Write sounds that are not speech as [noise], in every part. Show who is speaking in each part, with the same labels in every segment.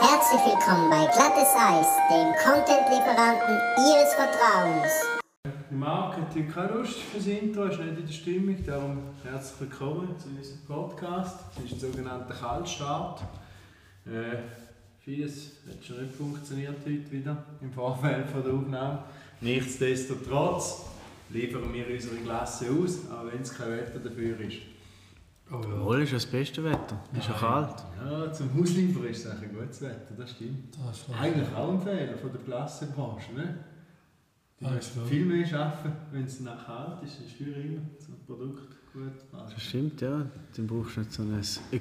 Speaker 1: Herzlich willkommen bei Glattes Eis, dem Content-Lieferanten Ihres Vertrauens.
Speaker 2: Marc hat heute keine Lust fürs Intro, ist nicht in der Stimmung, darum herzlich willkommen zu unserem Podcast. Es ist ein sogenannter Kaltstart. Äh, vieles hat schon nicht funktioniert heute wieder im Vorfeld von der Aufnahme. Nichtsdestotrotz liefern wir unsere Klasse aus, auch wenn es kein Wetter dafür ist. Oh
Speaker 3: Wohl ist das beste Wetter. Ist ja kalt.
Speaker 2: Ja, zum Hausliefern ist es eigentlich ein gutes Wetter, das stimmt.
Speaker 4: Das ist
Speaker 2: Ah, Eigentlich auch ein Fehler von der Klassenbranche, ne? Die
Speaker 4: Ja,
Speaker 2: müssen
Speaker 4: klar.
Speaker 2: viel mehr arbeiten, wenn es nach kalt ist, ist für immer so ein Produkt gut passt.
Speaker 3: Das stimmt, ja. Dann brauchst du nicht so ein Equipment.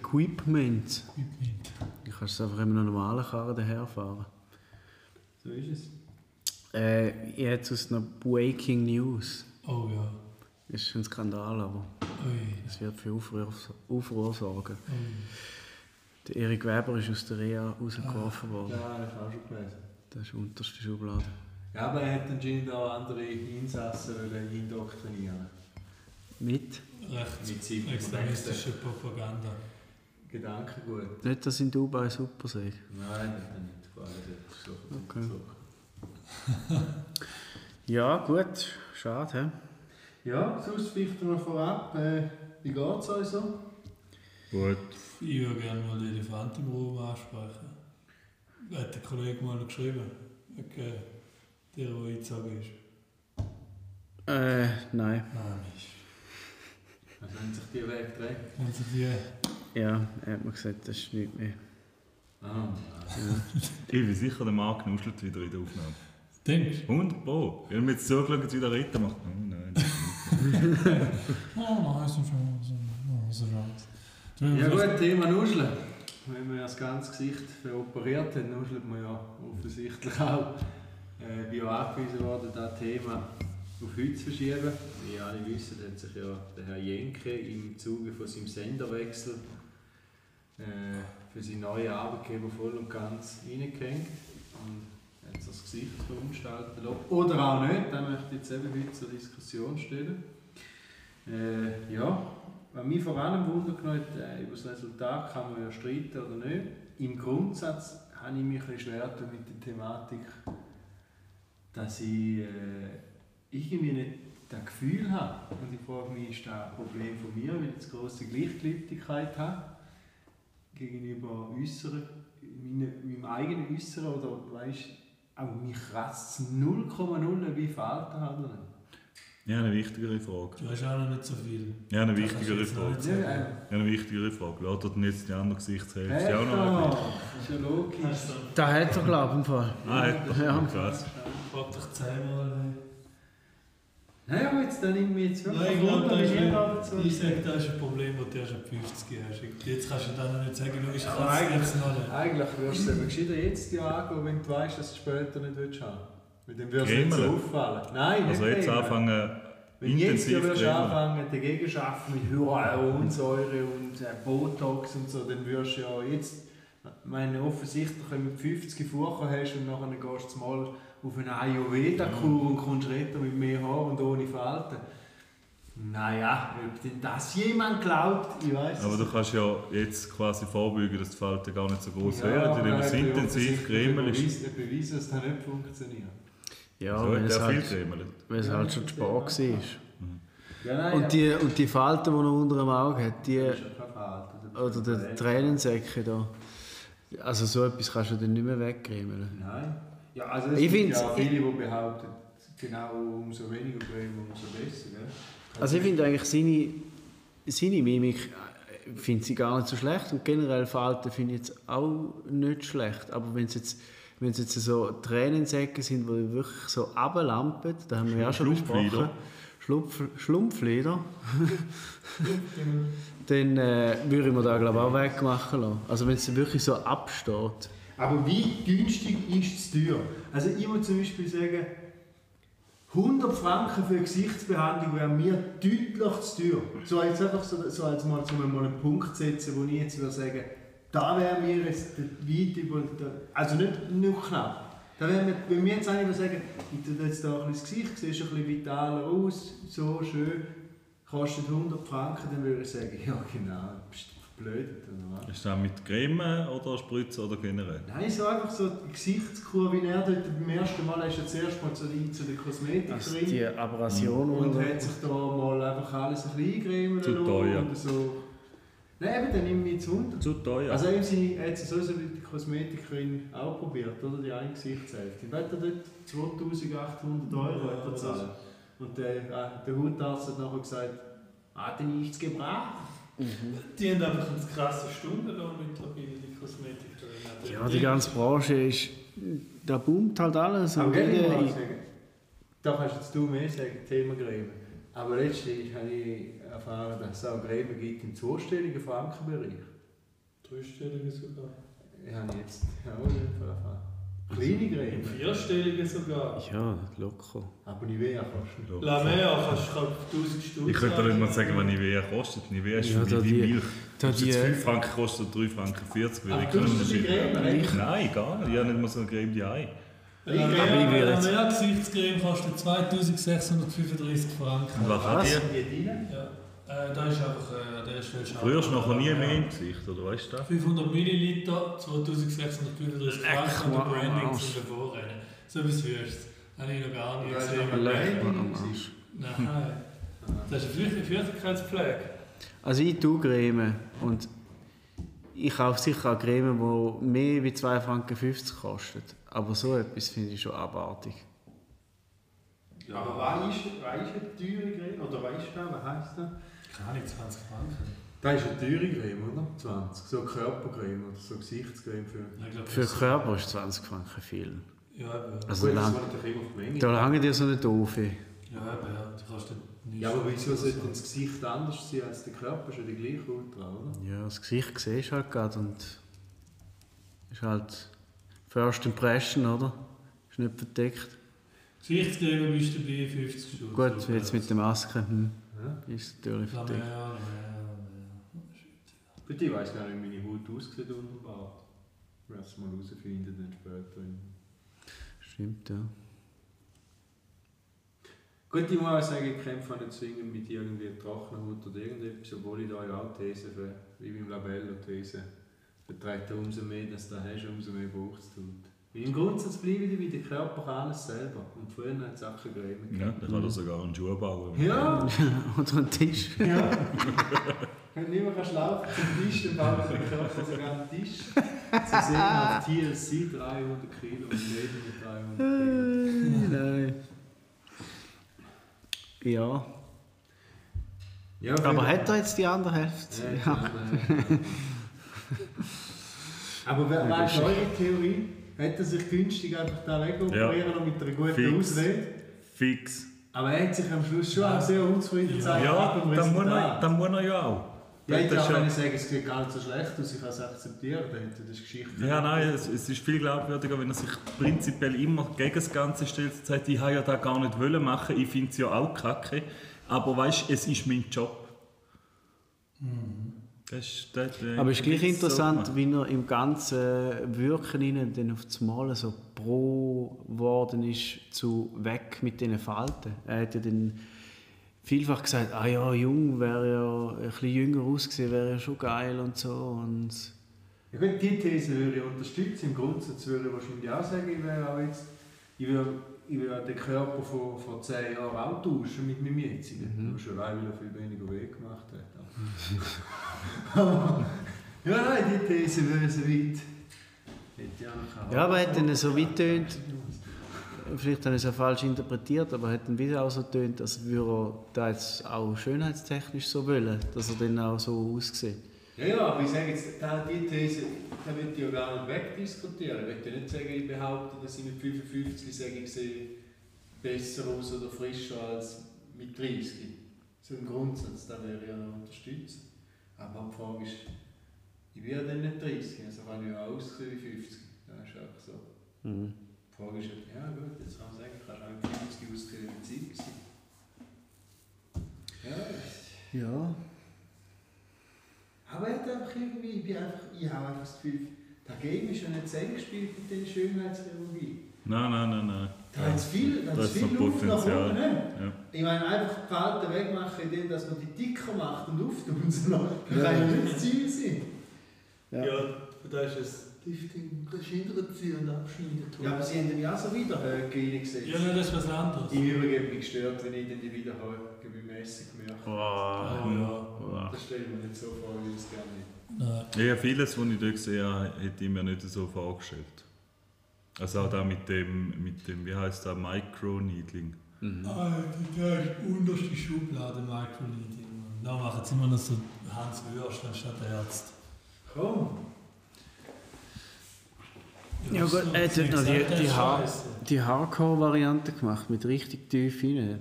Speaker 4: Equipment.
Speaker 3: Du kannst einfach mit einem normalen Karren daherfahren.
Speaker 2: So ist es.
Speaker 3: Äh, jetzt aus noch Breaking News.
Speaker 4: Oh ja.
Speaker 3: Ist ein Skandal, aber
Speaker 4: Ui.
Speaker 3: es wird für Aufruhr, Aufruhr sorgen.
Speaker 4: Ui.
Speaker 3: Der Erik Weber ist aus der Reha rausgeworfen worden.
Speaker 2: Ja, das habe ich auch schon gelesen.
Speaker 3: Das ist die unterste Schublade.
Speaker 2: Ja, aber er hat anscheinend auch andere Insassen wollen indoktrinieren
Speaker 3: Mit?
Speaker 2: Mit
Speaker 4: Rechts.
Speaker 2: Sieben-
Speaker 4: Extremistische Propaganda.
Speaker 2: Gedankengut.
Speaker 3: Nicht, dass in Dubai super sei.
Speaker 2: Nein, das hat er nicht gefallen. Das ist so
Speaker 3: Okay. Ja, gut. Schade,
Speaker 2: Ja, sonst vielleicht mal vorab, äh, wie geht es euch so?
Speaker 3: hä? Gut.
Speaker 4: Ich würde gerne mal den Elefant im Raum ansprechen. Hat der Kollege mal geschrieben. Okay. Der, der eingezogen ist.
Speaker 3: Äh, nein.
Speaker 4: Nein, Mensch.
Speaker 2: Also haben sich die Wege gedreht?
Speaker 4: Also die.
Speaker 3: Ja, er hat mir gesagt, das ist nichts mehr.
Speaker 2: Ah,
Speaker 5: Ich bin sicher, der Marc knuschelt wieder in der Aufnahme.
Speaker 4: Denkst
Speaker 5: Und Bo, wenn wir jetzt so schauen, wie der Ritter macht. Oh nein.
Speaker 4: du? Oh, nein, ist schon so. Oh, so schade. Du
Speaker 2: Ja
Speaker 4: willst-
Speaker 2: gut, Thema Nuscheln. Wenn man ja das ganze Gesicht veroperiert hat, nuschelt man ja offensichtlich auch. Äh, ich bin auch angewiesen worden, das Thema auf heute zu verschieben. Wie ihr alle wissen, hat sich ja der Herr Jenke im Zuge von seinem Senderwechsel äh, für seinen neuen Arbeitgeber voll und ganz reingehängt und hat sich das Gesicht verunstalten lassen. Oder auch nicht, da möchte ich jetzt eben heute zur Diskussion stellen. Äh, ja, was mich vor allem wundert, hat, äh, über das Resultat kann man ja streiten oder nicht. Im Grundsatz habe ich mich ein bisschen schwer getan mit der Thematik, dass ich äh, irgendwie nicht das Gefühl habe, und ich frage mich, ist das ein Problem von mir, weil ich eine grosse Gleichgültigkeit habe gegenüber äußeren, meine, meinem eigenen Äußeren oder weißt, aber mich kratzt es 0,0, wie Verhalten handeln.
Speaker 5: Ich habe eine wichtigere Frage.
Speaker 4: Du hast auch noch nicht so viel.
Speaker 5: Ich habe eine
Speaker 4: Das kannst du
Speaker 5: wichtigere
Speaker 4: jetzt noch
Speaker 5: Frage.
Speaker 4: nicht
Speaker 5: Ich
Speaker 4: sagen.
Speaker 2: Ja,
Speaker 5: habe eine wichtigere Frage. Wer hat denn jetzt die andere Gesichtshälfte?
Speaker 2: Hey,
Speaker 5: Ist die auch noch eine
Speaker 2: ist ja logisch.
Speaker 3: Da hat er, glaube ich, im Fall.
Speaker 5: Ah, hat er.
Speaker 3: Ja.
Speaker 5: Krass.
Speaker 4: Frag dich zehnmal.
Speaker 2: Naja, aber jetzt, dann nehme ich jetzt wirklich
Speaker 4: Nein, ich glaube, das ist
Speaker 2: Wunder, wie
Speaker 4: ein-
Speaker 2: ihr dazu-
Speaker 4: Ich sage, das ist ein Problem, das du erst ab 50 hast. Jetzt kannst du dann noch nicht sagen, du bist
Speaker 2: Aber
Speaker 4: krass,
Speaker 2: eigentlich-
Speaker 4: jetzt noch nicht.
Speaker 2: Eigentlich würdest du eben gescheiter jetzt die angehen, wenn du weißt, dass du es später nicht willst haben. Weil dann würde es nicht so
Speaker 5: Grimmeln.
Speaker 2: auffallen. Nein,
Speaker 5: Also
Speaker 2: nicht
Speaker 5: jetzt
Speaker 2: grimmeln.
Speaker 5: anfangen.
Speaker 2: Wenn jetzt du
Speaker 5: intensiv
Speaker 2: würdest
Speaker 5: grimmeln.
Speaker 2: anfangen, dagegen zu arbeiten mit Hyaluronsäure und äh, Botox und so, dann würdest du ja jetzt, ich meine, offensichtlich, wenn du mit 50 Furchen hast und nachher gehst du mal auf eine Ayurveda-Kur und kommst später mit mehr Haar und ohne Falten. Naja, ob denn das jemand glaubt, ich weiß
Speaker 5: Aber
Speaker 2: es
Speaker 5: du kannst ja jetzt quasi vorbeugen, dass die Falten gar nicht so groß
Speaker 2: Ja,
Speaker 5: werden, indem es
Speaker 2: nein,
Speaker 5: intensiv
Speaker 2: ich will
Speaker 5: gremelt ist.
Speaker 2: beweisen- beweisen, dass das nicht funktioniert.
Speaker 3: Ja,
Speaker 5: So
Speaker 3: wenn,
Speaker 5: hat
Speaker 3: es
Speaker 5: er viel
Speaker 3: halt,
Speaker 5: gremelt.
Speaker 3: wenn es halt schon spät war.
Speaker 2: Ja, nein,
Speaker 3: Und die, und die Falten, die er unter dem Auge hat, die, oder äh, also der Tränensäcke da, also so etwas kannst du dann nicht mehr wegkrimeln.
Speaker 2: Nein. Ja, also es
Speaker 3: Ich
Speaker 2: gibt ja
Speaker 3: find's-
Speaker 2: auch viele, die behaupten, genau umso weniger Probleme, umso besser. Gell?
Speaker 3: Also ich finde eigentlich seine, seine Mimik äh, finde sie gar nicht so schlecht und generell Falten finde ich jetzt auch nicht schlecht, aber wenn es jetzt wenn es jetzt so Tränensäcke sind, die wirklich so ablampen, da haben wir ja schon besprochen,
Speaker 5: Schlupflider.
Speaker 3: Schlupf, Schlumpflieder, dann äh, würde ich mir da glaube ich auch wegmachen lassen. Also wenn es wirklich so absteht.
Speaker 2: Aber wie günstig ist es teuer? Also ich würde zum Beispiel sagen, 100 Franken für eine Gesichtsbehandlung wäre mir deutlich zu teuer. So jetzt einfach so, so als mal, zum mal einen Punkt zu setzen, wo ich jetzt würde sagen, da wäre mir jetzt weit über, also nicht nur knapp. Da wäre mir, wenn mir jetzt einer würde sagen, ich tue dir jetzt da ein bisschen das Gesicht, siehst ein bisschen vitaler [laughs] aus, so schön, kostet 100 Franken, dann würde ich sagen, ja genau, pst, blöd dann, oder?
Speaker 5: Ist das mit Creme oder Spritze oder generell?
Speaker 2: Nein, so einfach so die Gesichtskur, wie er dort beim ersten Mal hast du ja zuerst mal zu den, zu den
Speaker 3: Also
Speaker 2: Kosmetik
Speaker 3: die Aberration
Speaker 2: Und
Speaker 3: oder-
Speaker 2: hat sich da mal einfach alles ein bisschen eingremen
Speaker 5: Zu teuer.
Speaker 2: und so. Nein, eben, dann nimm ich jetzt 100.
Speaker 5: Zu teuer.
Speaker 2: Also eben, sie hat es sowieso mit der Kosmetikerin auch probiert, oder? Die eine Gesichtshälfte. Wenn er dort 2800 Euro hat er gezahlt. Und der, äh, der Hautarzt hat nachher gesagt, ah, hat ihn nichts gebracht.
Speaker 4: Die haben einfach einen krassen Stundenlohn mittlerweile, die Kosmetiker.
Speaker 3: Ja, die ganze Branche ist. Da boomt halt alles.
Speaker 2: Aber
Speaker 3: Und
Speaker 2: gell, ich
Speaker 3: jeder,
Speaker 2: muss sagen, da kannst jetzt du mehr sagen, Thema Gräben. Aber letztlich habe ich erfahren, dass es auch Gräben gibt im zweistelligen Frankenbereich.
Speaker 4: Dreistellige sogar.
Speaker 2: Ich habe jetzt auch nicht erfahren. Kleine
Speaker 4: Im
Speaker 2: Gräben.
Speaker 4: Vierstelligen sogar.
Speaker 3: ja, locker.
Speaker 2: Aber Nivea kannst du nicht.
Speaker 4: La Mer kannst du 1000 Stunden.
Speaker 5: Ich könnte nicht mal sagen, was Nivea kostet. Nivea ist
Speaker 3: Ja,
Speaker 5: für mich
Speaker 3: da
Speaker 5: wie
Speaker 3: die-
Speaker 5: Milch.
Speaker 3: da
Speaker 5: Wenn es jetzt
Speaker 3: die-
Speaker 5: 5 Franken kostet, 3 Franken 40.
Speaker 2: Aber
Speaker 5: Weil ich
Speaker 2: du
Speaker 5: kann
Speaker 2: hast
Speaker 5: nicht
Speaker 2: die Creme,
Speaker 5: Nein,
Speaker 2: eigentlich?
Speaker 5: nein, gar nicht. Ich habe nicht mal so eine Creme die ein.
Speaker 4: La
Speaker 3: Aber ich
Speaker 4: Mer,
Speaker 3: will
Speaker 4: La
Speaker 3: jetzt-
Speaker 4: Mer Gesichtscreme kostet 2635
Speaker 5: Und
Speaker 4: Franken.
Speaker 5: was hat die?
Speaker 2: Die rein?
Speaker 4: Ja. Äh, da ist einfach äh, an der Stelle schade.
Speaker 5: Früher hast du noch nie mehr im Gesicht, oder weißt du das?
Speaker 4: 500 Milliliter, 2635 Franken und der Branding sind davor rein. So etwas Höchstes. Habe ich noch gar nie
Speaker 2: Ja,
Speaker 4: gesehen.
Speaker 2: aber lecker.
Speaker 4: Nein. Das ist eine Flüchtigkeitspflege.
Speaker 3: Also ich tue Creme. Und ich kaufe sicher auch Creme, die mehr wie 2,50 Franken kostet. Aber so etwas finde ich schon abartig.
Speaker 2: Aber weißt du, weißt du, eine teure Creme? Oder weißt du, was heisst das?
Speaker 4: Keine 20 Franken.
Speaker 2: Das ist eine teure Creme, oder? 20. So Körpercreme oder so Gesichtscreme für.
Speaker 4: Ich glaube,
Speaker 3: Für den
Speaker 4: das-
Speaker 3: Körper ist 20 Franken viel.
Speaker 4: Ja, aber.
Speaker 3: Also
Speaker 2: Gut, das
Speaker 3: lang,
Speaker 2: macht doch immer auf die Menge.
Speaker 3: da lange dir so eine doofe.
Speaker 4: Ja, aber ja, du kannst nicht.
Speaker 2: Ja, aber wieso sollte das Gesicht anders sein als der Körper? Ist ja die gleiche Ultra, oder?
Speaker 3: Ja, das Gesicht siehst du halt gerade und ist halt First Impression, oder? Ist nicht verdeckt.
Speaker 4: Gesichtscreme bist du bei 50 Stunden.
Speaker 3: Gut, jetzt mit der Maske hm,
Speaker 2: Ja.
Speaker 3: ist es natürlich
Speaker 4: La
Speaker 3: verdeckt.
Speaker 4: Mer, La Mer,
Speaker 2: Bitte, ich weiss gar nicht, wie meine Haut aussieht wunderbar. Ich werde es mal herausfinden, dann später.
Speaker 3: Stimmt, ja. [laughs]
Speaker 2: Gut, ich muss auch sagen, ich kämpfe auch nicht zwingend mit irgendwie trockener Haut oder irgendetwas, obwohl ich da ja auch die These, ver- wie beim Labello, die These vertrete, umso mehr dass du das hast, umso mehr brauchst du es. Im Grundsatz bleibe ich dabei, der Körper kann alles selber. Und früher hat es auch keine Creme
Speaker 5: Ja, dann kann er sogar einen Schuh bauen.
Speaker 2: Ja!
Speaker 3: Unter den Tisch. [laughs]
Speaker 2: Ja! Wenn niemand kann schlafen zum Tisch, dann baut der Körper sogar einen Tisch. Zu sehen auf TLC 300 Kilo und Leben mit 300 Kilo.
Speaker 3: Nein. Ja.
Speaker 2: Ja,
Speaker 3: Aber hat er jetzt die andere Hälfte?
Speaker 2: Ja.
Speaker 3: Ja.
Speaker 2: Aber wer
Speaker 3: Ja,
Speaker 2: ja,
Speaker 3: das
Speaker 2: weißt
Speaker 3: ist-
Speaker 2: eure Theorie? Hätte er sich günstig einfach da wegoperieren noch mit einer guten
Speaker 5: Fix.
Speaker 2: Ausrede?
Speaker 5: Fix.
Speaker 2: Aber er hat sich am Schluss schon auch sehr unzufrieden gezeigt.
Speaker 5: Ja,
Speaker 2: mit dem
Speaker 5: dann muss, er,
Speaker 2: Resultat.
Speaker 5: dann muss er ja auch.
Speaker 2: ja, ich
Speaker 5: Das ist
Speaker 2: darf
Speaker 5: ja-
Speaker 2: nicht sagen, es sieht gar nicht so schlecht aus, ich kann es akzeptieren, dann hätte das Geschichte.
Speaker 5: Ja, nein, es, es ist viel glaubwürdiger, wenn er sich prinzipiell immer gegen das Ganze stellt und sagt, ich habe ja das gar nicht wollen machen, ich finde es ja auch kacke. Aber weißt du, es ist mein Job. Das ist, das, äh,
Speaker 3: Aber es ist gleich
Speaker 5: so
Speaker 3: interessant,
Speaker 5: gemacht.
Speaker 3: wie er im ganzen Wirken hinein dann auf das Malen so pro geworden ist, zu weg mit diesen Falten. Er hat ja dann vielfach gesagt, ah ja, jung wäre ja, ein bisschen jünger ausgesehen wäre ja schon geil und so. Und
Speaker 2: Ja gut, die These würde ich unterstützen. Im Grundsatz würde ich wahrscheinlich auch sagen, ich wäre auch jetzt, ich würde, ich würde den Körper von vor zehn Jahren auch tauschen mit meinem jetzigen. Mhm. Schon allein, weil er viel weniger weh gemacht hat. Aber- [laughs] ja, nein, die These wäre so weit. Hätte ich auch noch
Speaker 3: ja, aber er hat dann so weit tönt, vielleicht habe ich es ja falsch interpretiert, aber er hat dann wieder auch so tönt, als würde er da jetzt auch schönheitstechnisch so wollen, dass er dann auch so aussieht.
Speaker 2: Ja, ja, aber ich sage jetzt, da, die These, da will ich ja gar nicht wegdiskutieren. Ich will ja nicht sagen, ich behaupte, dass ich mit 55 sage, ich sehe besser aus oder frischer als mit 30. So im Grundsatz, da wäre ich ja noch unterstützen. Aber die Frage ist, ich bin ja dann nicht 30, also kann ich ja auch aussehen wie 50. Das ist einfach so.
Speaker 3: Mhm.
Speaker 2: Die Frage ist, halt, ja gut, jetzt kann man sagen, kannst du auch mit 50 aussehen wie 70. Ja,
Speaker 3: Ja.
Speaker 2: aber halt einfach irgendwie, ich, bin einfach, ich habe einfach das Gefühl, der Game ist ja nicht zu eng gespielt mit den Schönheitschirurgie.
Speaker 5: Nein, nein, nein, nein.
Speaker 2: Da haben sie viel, da haben
Speaker 5: Da
Speaker 2: sie
Speaker 5: ist so
Speaker 2: viel Luft nach
Speaker 5: Potenzial.
Speaker 2: oben. ne?
Speaker 5: Ja.
Speaker 2: Ich meine, einfach die Falten wegmachen, indem dass man die dicker macht und auftunsen lässt. Das kann ja nicht das Ziel sein.
Speaker 3: Ja.
Speaker 4: da ist es Lifting, das hindert sie und abschneiden.
Speaker 2: Ja, aber sie haben den ja auch so wieder reingesetzt.
Speaker 4: Ja, nein, das ist was anderes.
Speaker 2: Im Übrigen hat mich gestört, wenn ich dann die Wiederholung beim Essen gemacht habe.
Speaker 5: Boah. hm.
Speaker 4: Ah, ja.
Speaker 5: Boah.
Speaker 2: Das stelle ich mir nicht so vor, wie ich es gerne hätte.
Speaker 4: Nein.
Speaker 5: Ja, vieles, was ich dort gesehen habe, hätte ich mir nicht so vorgestellt. Also auch da mit dem, mit dem wie heißt das, Micro-Needling.
Speaker 4: Ah, die- der ist unterste Schublade Microleading. Da machen sie immer noch so Hans Würst anstatt Ärzte.
Speaker 2: Komm,
Speaker 3: Ja, aber er hat noch die- die Haar- Die Hardcore-Variante gemacht, mit richtig tief rein,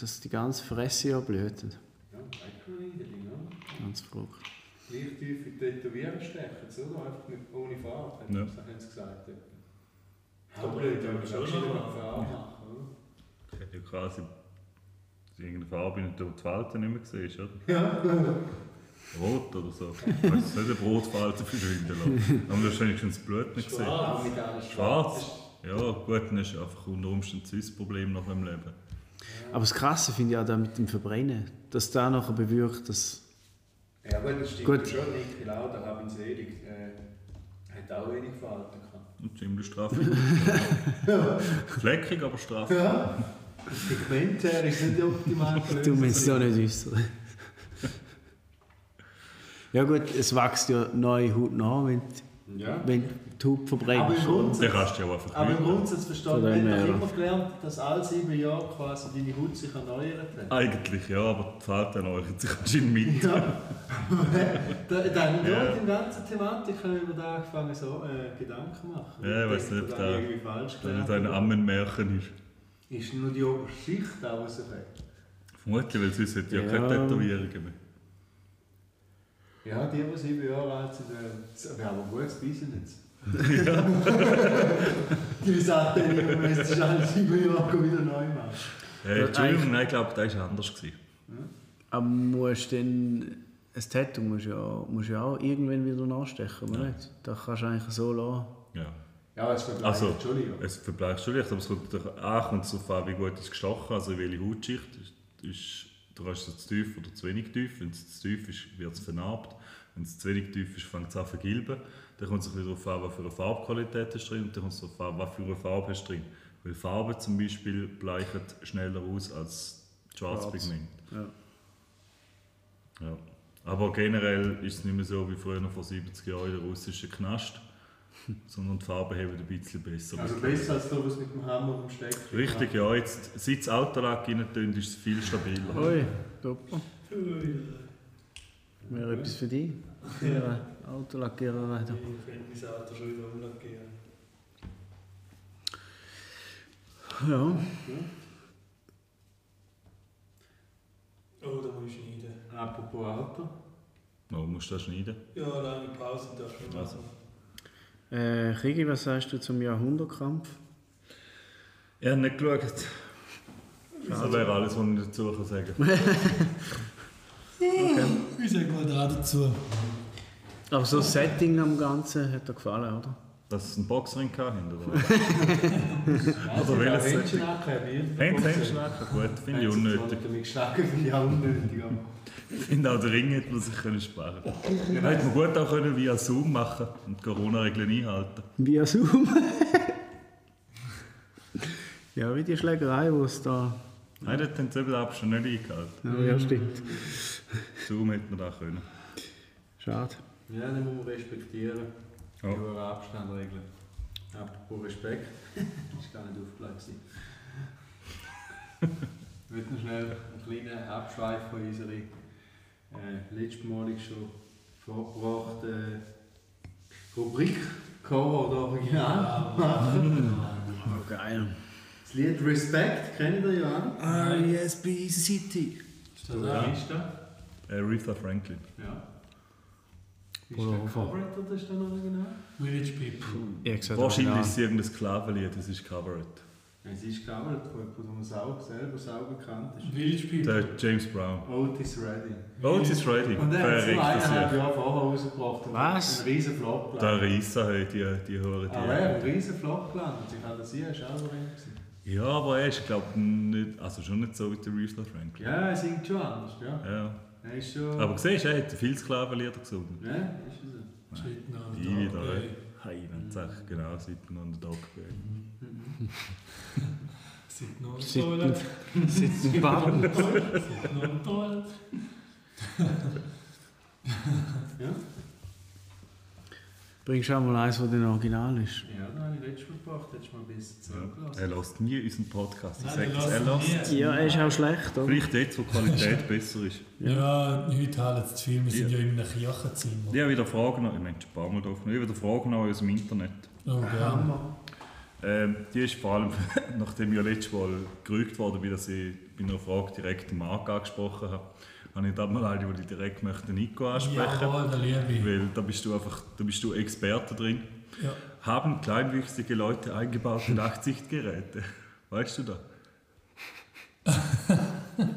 Speaker 3: dass die ganze Fresse ja blüht.
Speaker 2: ja, Micro-Needling, ja.
Speaker 3: Ganz verrückt.
Speaker 2: Gleich tief in die Tätowieren stechen, so, einfach mit, ohne Farbe,
Speaker 5: Ja.
Speaker 2: das haben sie gesagt. Ja,
Speaker 4: Aber
Speaker 2: blöd,
Speaker 4: da
Speaker 2: aber
Speaker 4: ist
Speaker 2: ich
Speaker 4: schon
Speaker 2: glaube, ich
Speaker 4: noch-
Speaker 2: noch Farbe machen,
Speaker 5: Ich hätte ja quasi irgendeine Farbe in der Falte nicht mehr gesehen, oder?
Speaker 2: oder? Ja.
Speaker 5: Rot oder so. Ich weiß nicht, eine Brotfalte verschwinden lassen. Aber du hast wenigstens das Blut nicht gesehen.
Speaker 2: Schwarz. Mit einem
Speaker 5: Schwarz.
Speaker 2: Schwarz.
Speaker 5: Ja, gut, dann ist einfach unter Umständen ein Problem nach dem Leben.
Speaker 3: Aber das Krasse finde ich auch da mit dem Verbrennen, dass da nachher bewirkt, dass.
Speaker 2: Ja, gut, das stimmt
Speaker 3: Gut.
Speaker 2: schon. Niki Lauda, hab ihn selig, äh, hat auch wenig Falten gehabt.
Speaker 5: Und
Speaker 2: [laughs]
Speaker 5: ziemlich straffig. Fleckig, aber straffig.
Speaker 2: Ja. Das Pigment her ist nicht optimal
Speaker 3: [laughs] Du willst es auch nicht äußern. [laughs] ja, gut, es wächst ja neue Haut nach, wenn, du-
Speaker 2: Ja.
Speaker 3: wenn du die Haut
Speaker 2: Aber im
Speaker 3: verbrennst.
Speaker 5: Den
Speaker 2: Grundsatz,
Speaker 5: kannst du ja auch einfach
Speaker 2: aber im
Speaker 5: hüten.
Speaker 2: Grundsatz verstanden,
Speaker 3: Von
Speaker 2: wir haben
Speaker 3: dem
Speaker 2: doch
Speaker 3: her.
Speaker 2: immer gelernt, dass alle sieben Jahre quasi deine Haut sich erneuert hat.
Speaker 5: Eigentlich ja, aber die Falte erneuert sich anscheinend mit.
Speaker 2: Ja. da, da haben wir
Speaker 5: Ja.
Speaker 2: ja. die ganze Thematik haben wir über das angefangen, so äh, Gedanken zu machen.
Speaker 5: Ja, ich weiss
Speaker 2: denke,
Speaker 5: nicht,
Speaker 2: da
Speaker 5: ob da-
Speaker 2: irgendwie falsch
Speaker 5: Wenn das
Speaker 2: gelernt.
Speaker 5: ein
Speaker 2: habe.
Speaker 5: Ammenmärchen ist.
Speaker 2: Ist nur die oberste Schicht auch rausgekommen.
Speaker 5: Vermutlich, weil sonst hätte ich ja
Speaker 3: Ja.
Speaker 5: keine Tätowierungen mehr.
Speaker 2: Ja, die, die sieben Jahre alt sind, äh, wäre aber ein gutes
Speaker 5: [laughs]
Speaker 2: Business. die sagt dann immer, wenn es alle sieben Jahre komm wieder neu machen.
Speaker 5: Hey,
Speaker 3: Ja,
Speaker 5: Entschuldigung,
Speaker 3: eigentlich-
Speaker 5: nein, ich glaube, das war anders. Gewesen.
Speaker 3: Aber musst du dann. Ein Tattoo musst du ja, musst du ja auch irgendwann wieder nachstechen, oder nicht? Das kannst du eigentlich so lassen.
Speaker 5: Ja.
Speaker 2: Ja, es verbleibt
Speaker 5: Also,
Speaker 2: schon ja.
Speaker 5: es verbleicht schon leicht, aber es kommt doch an, kommt darauf an, wie gut es gestochen also in welche Hautschicht. Ist, ist, du hast es zu tief oder zu wenig tief. Wenn es zu tief ist, wird es vernarbt. Wenn es zu wenig tief ist, fängt es an zu vergilben. Dann kommt es ein bisschen darauf an, was für eine Farbqualität ist drin und dann kommt es darauf an, was für eine Farbe ist drin. Weil Farben zum Beispiel bleichen schneller aus als Schwarzpigment.
Speaker 3: Ja.
Speaker 5: Ja. Aber generell ist es nicht mehr so wie früher vor 70 Jahren in der russischen Knast, sondern die Farben haben ein bisschen besser.
Speaker 2: Also besser als du, was mit dem Hammer und dem Steck.
Speaker 5: Richtig, ja. Jetzt, seit das Autolack rein tun, ist es viel stabiler.
Speaker 3: Oi, super. Wäre etwas für dich? Ja. Autolackierer.
Speaker 4: Ich finde das Auto schon wieder umlackieren.
Speaker 3: Ja.
Speaker 4: Oh, da muss ich schneiden.
Speaker 2: Apropos Auto.
Speaker 5: Ja, musst du das schneiden.
Speaker 4: Ja, lange Pause darf ich
Speaker 5: Also.
Speaker 4: machen.
Speaker 3: Äh, Kiki, was sagst du zum Jahrhundertkampf?
Speaker 5: Ich habe nicht geschaut. Das wäre alles, was ich dazu kann sagen kann.
Speaker 4: Ich sage mal da dazu.
Speaker 3: Aber so Also das Setting am Ganzen hat dir gefallen, oder?
Speaker 5: Dass es einen Boxring hatten, oder was? Also,
Speaker 2: Ja,
Speaker 5: welches
Speaker 2: Händchen
Speaker 5: Setting?
Speaker 2: angehabt, wir-
Speaker 5: Haben sie geschlagen? Gut, finde ich
Speaker 2: Händchen
Speaker 5: unnötig.
Speaker 2: damit geschlagen, finde ich auch unnötig. aber-
Speaker 5: Ich finde auch, der Ring hätte man sich können sparen können. Hätte man gut auch können via Zoom machen und die Corona-Regeln einhalten
Speaker 3: Via Zoom. [laughs] ja, wie die Schlägerei, die es da. Mhm.
Speaker 5: Nein, dort haben sie eben ab schon nicht eingehalten.
Speaker 3: Ja, ja, stimmt.
Speaker 5: Zoom hätte man da können.
Speaker 3: Schade.
Speaker 2: Ja, den muss man respektieren.
Speaker 5: Ja.
Speaker 2: Über den Abstand regeln. Apropos Respekt. [laughs] ist gar nicht aufgelegt. gewesen. Ich würde noch schnell einen kleinen Abschweif von unserer äh, letztmalig schon vorgebrachten äh, Rubrik Cover oder
Speaker 4: Ah.
Speaker 2: Original machen.
Speaker 3: Oh, geil.
Speaker 2: Das Lied Respect kennt ihr ja an.
Speaker 4: Ah,
Speaker 3: RESB City.
Speaker 4: Ist das auch?
Speaker 2: Ist das?
Speaker 5: Äh, Aretha Franklin.
Speaker 2: Ja. Ist
Speaker 3: Oder
Speaker 2: das
Speaker 3: Hofer.
Speaker 2: Covered oder ist das Original?
Speaker 4: Village People.
Speaker 3: Ich gesagt,
Speaker 5: Wahrscheinlich ist
Speaker 3: Wahrscheinlich.
Speaker 5: es irgendein Sklavenlied, das ist covered.
Speaker 2: Es ist Covered von jemandem, der sau- selber sau bekannt ist.
Speaker 4: Village People.
Speaker 5: Der James Brown.
Speaker 2: Otis Redding.
Speaker 5: Otis Redding,
Speaker 2: Und er hat
Speaker 5: verregt
Speaker 2: es
Speaker 5: das
Speaker 2: eineinhalb
Speaker 5: ja.
Speaker 2: Jahre vorher rausgebracht. und
Speaker 3: Was?
Speaker 2: Ein riesen Flop
Speaker 5: Der
Speaker 2: gelandet. Ah,
Speaker 5: Reissa, hey, die, die hören
Speaker 2: Aber er hat einen
Speaker 5: die.
Speaker 2: riesen Flop gelandet. Ich kann das hier, ist auch so gewesen.
Speaker 5: Ja, aber er ist, glaube ich, nicht, also schon nicht so wie der Riesler Franklin.
Speaker 2: Ja, er singt schon anders, ja.
Speaker 5: Ja.
Speaker 2: Er ist schon...
Speaker 5: Aber siehst du, er hat viel Sklavenlieder gesungen.
Speaker 2: Ja, ist es so.
Speaker 4: Schritt nach
Speaker 5: Die
Speaker 4: dem
Speaker 5: wieder,
Speaker 4: Tag,
Speaker 5: ey. Hey, dann sag ich genau, Sitten on the Dog.
Speaker 2: Mhm.
Speaker 4: Seit noch
Speaker 3: Seit-
Speaker 4: toll.
Speaker 3: [laughs] Sitzt ein Baum.
Speaker 4: Seit noch toll.
Speaker 2: Ja,
Speaker 3: Bringst du auch mal eins, das dann original ist?
Speaker 2: ja da habe ich letztes Mal gebracht, letztes Mal ein bisschen
Speaker 5: Ja.
Speaker 2: zurückgelassen.
Speaker 5: Er lässt nie unseren Podcast. Ich
Speaker 4: Nein,
Speaker 5: sage
Speaker 4: der
Speaker 5: es, er
Speaker 4: lässt
Speaker 5: lässt.
Speaker 4: nie.
Speaker 3: Ja, er ist auch schlecht, oder?
Speaker 5: Vielleicht jetzt, wo die Qualität besser ist.
Speaker 3: Ja.
Speaker 4: Ja, heute halten es zu viel. Wir sind ja,
Speaker 5: Ja.
Speaker 4: in einem Kirchenzimmer.
Speaker 5: Ich habe wieder Fragen an, ich meine, schon ein paar Mal drauf, ich habe wieder Fragen an aus dem Internet.
Speaker 4: Oh, gern.
Speaker 2: Hammer.
Speaker 5: Ähm, die ist vor allem, [laughs] nachdem ich ja letztes Mal gerügt worden bin, dass ich bei einer Frage direkt den Marc angesprochen habe, habe ich da mal eine, die ich direkt möchte Nico ansprechen
Speaker 4: Jawohl, der Liebe.
Speaker 5: Weil da bist du einfach, da bist du Experte drin.
Speaker 4: Ja.
Speaker 5: Haben kleinwüchsige Leute eingebaute Nachtsichtgeräte? [laughs] Weißt du das? das ist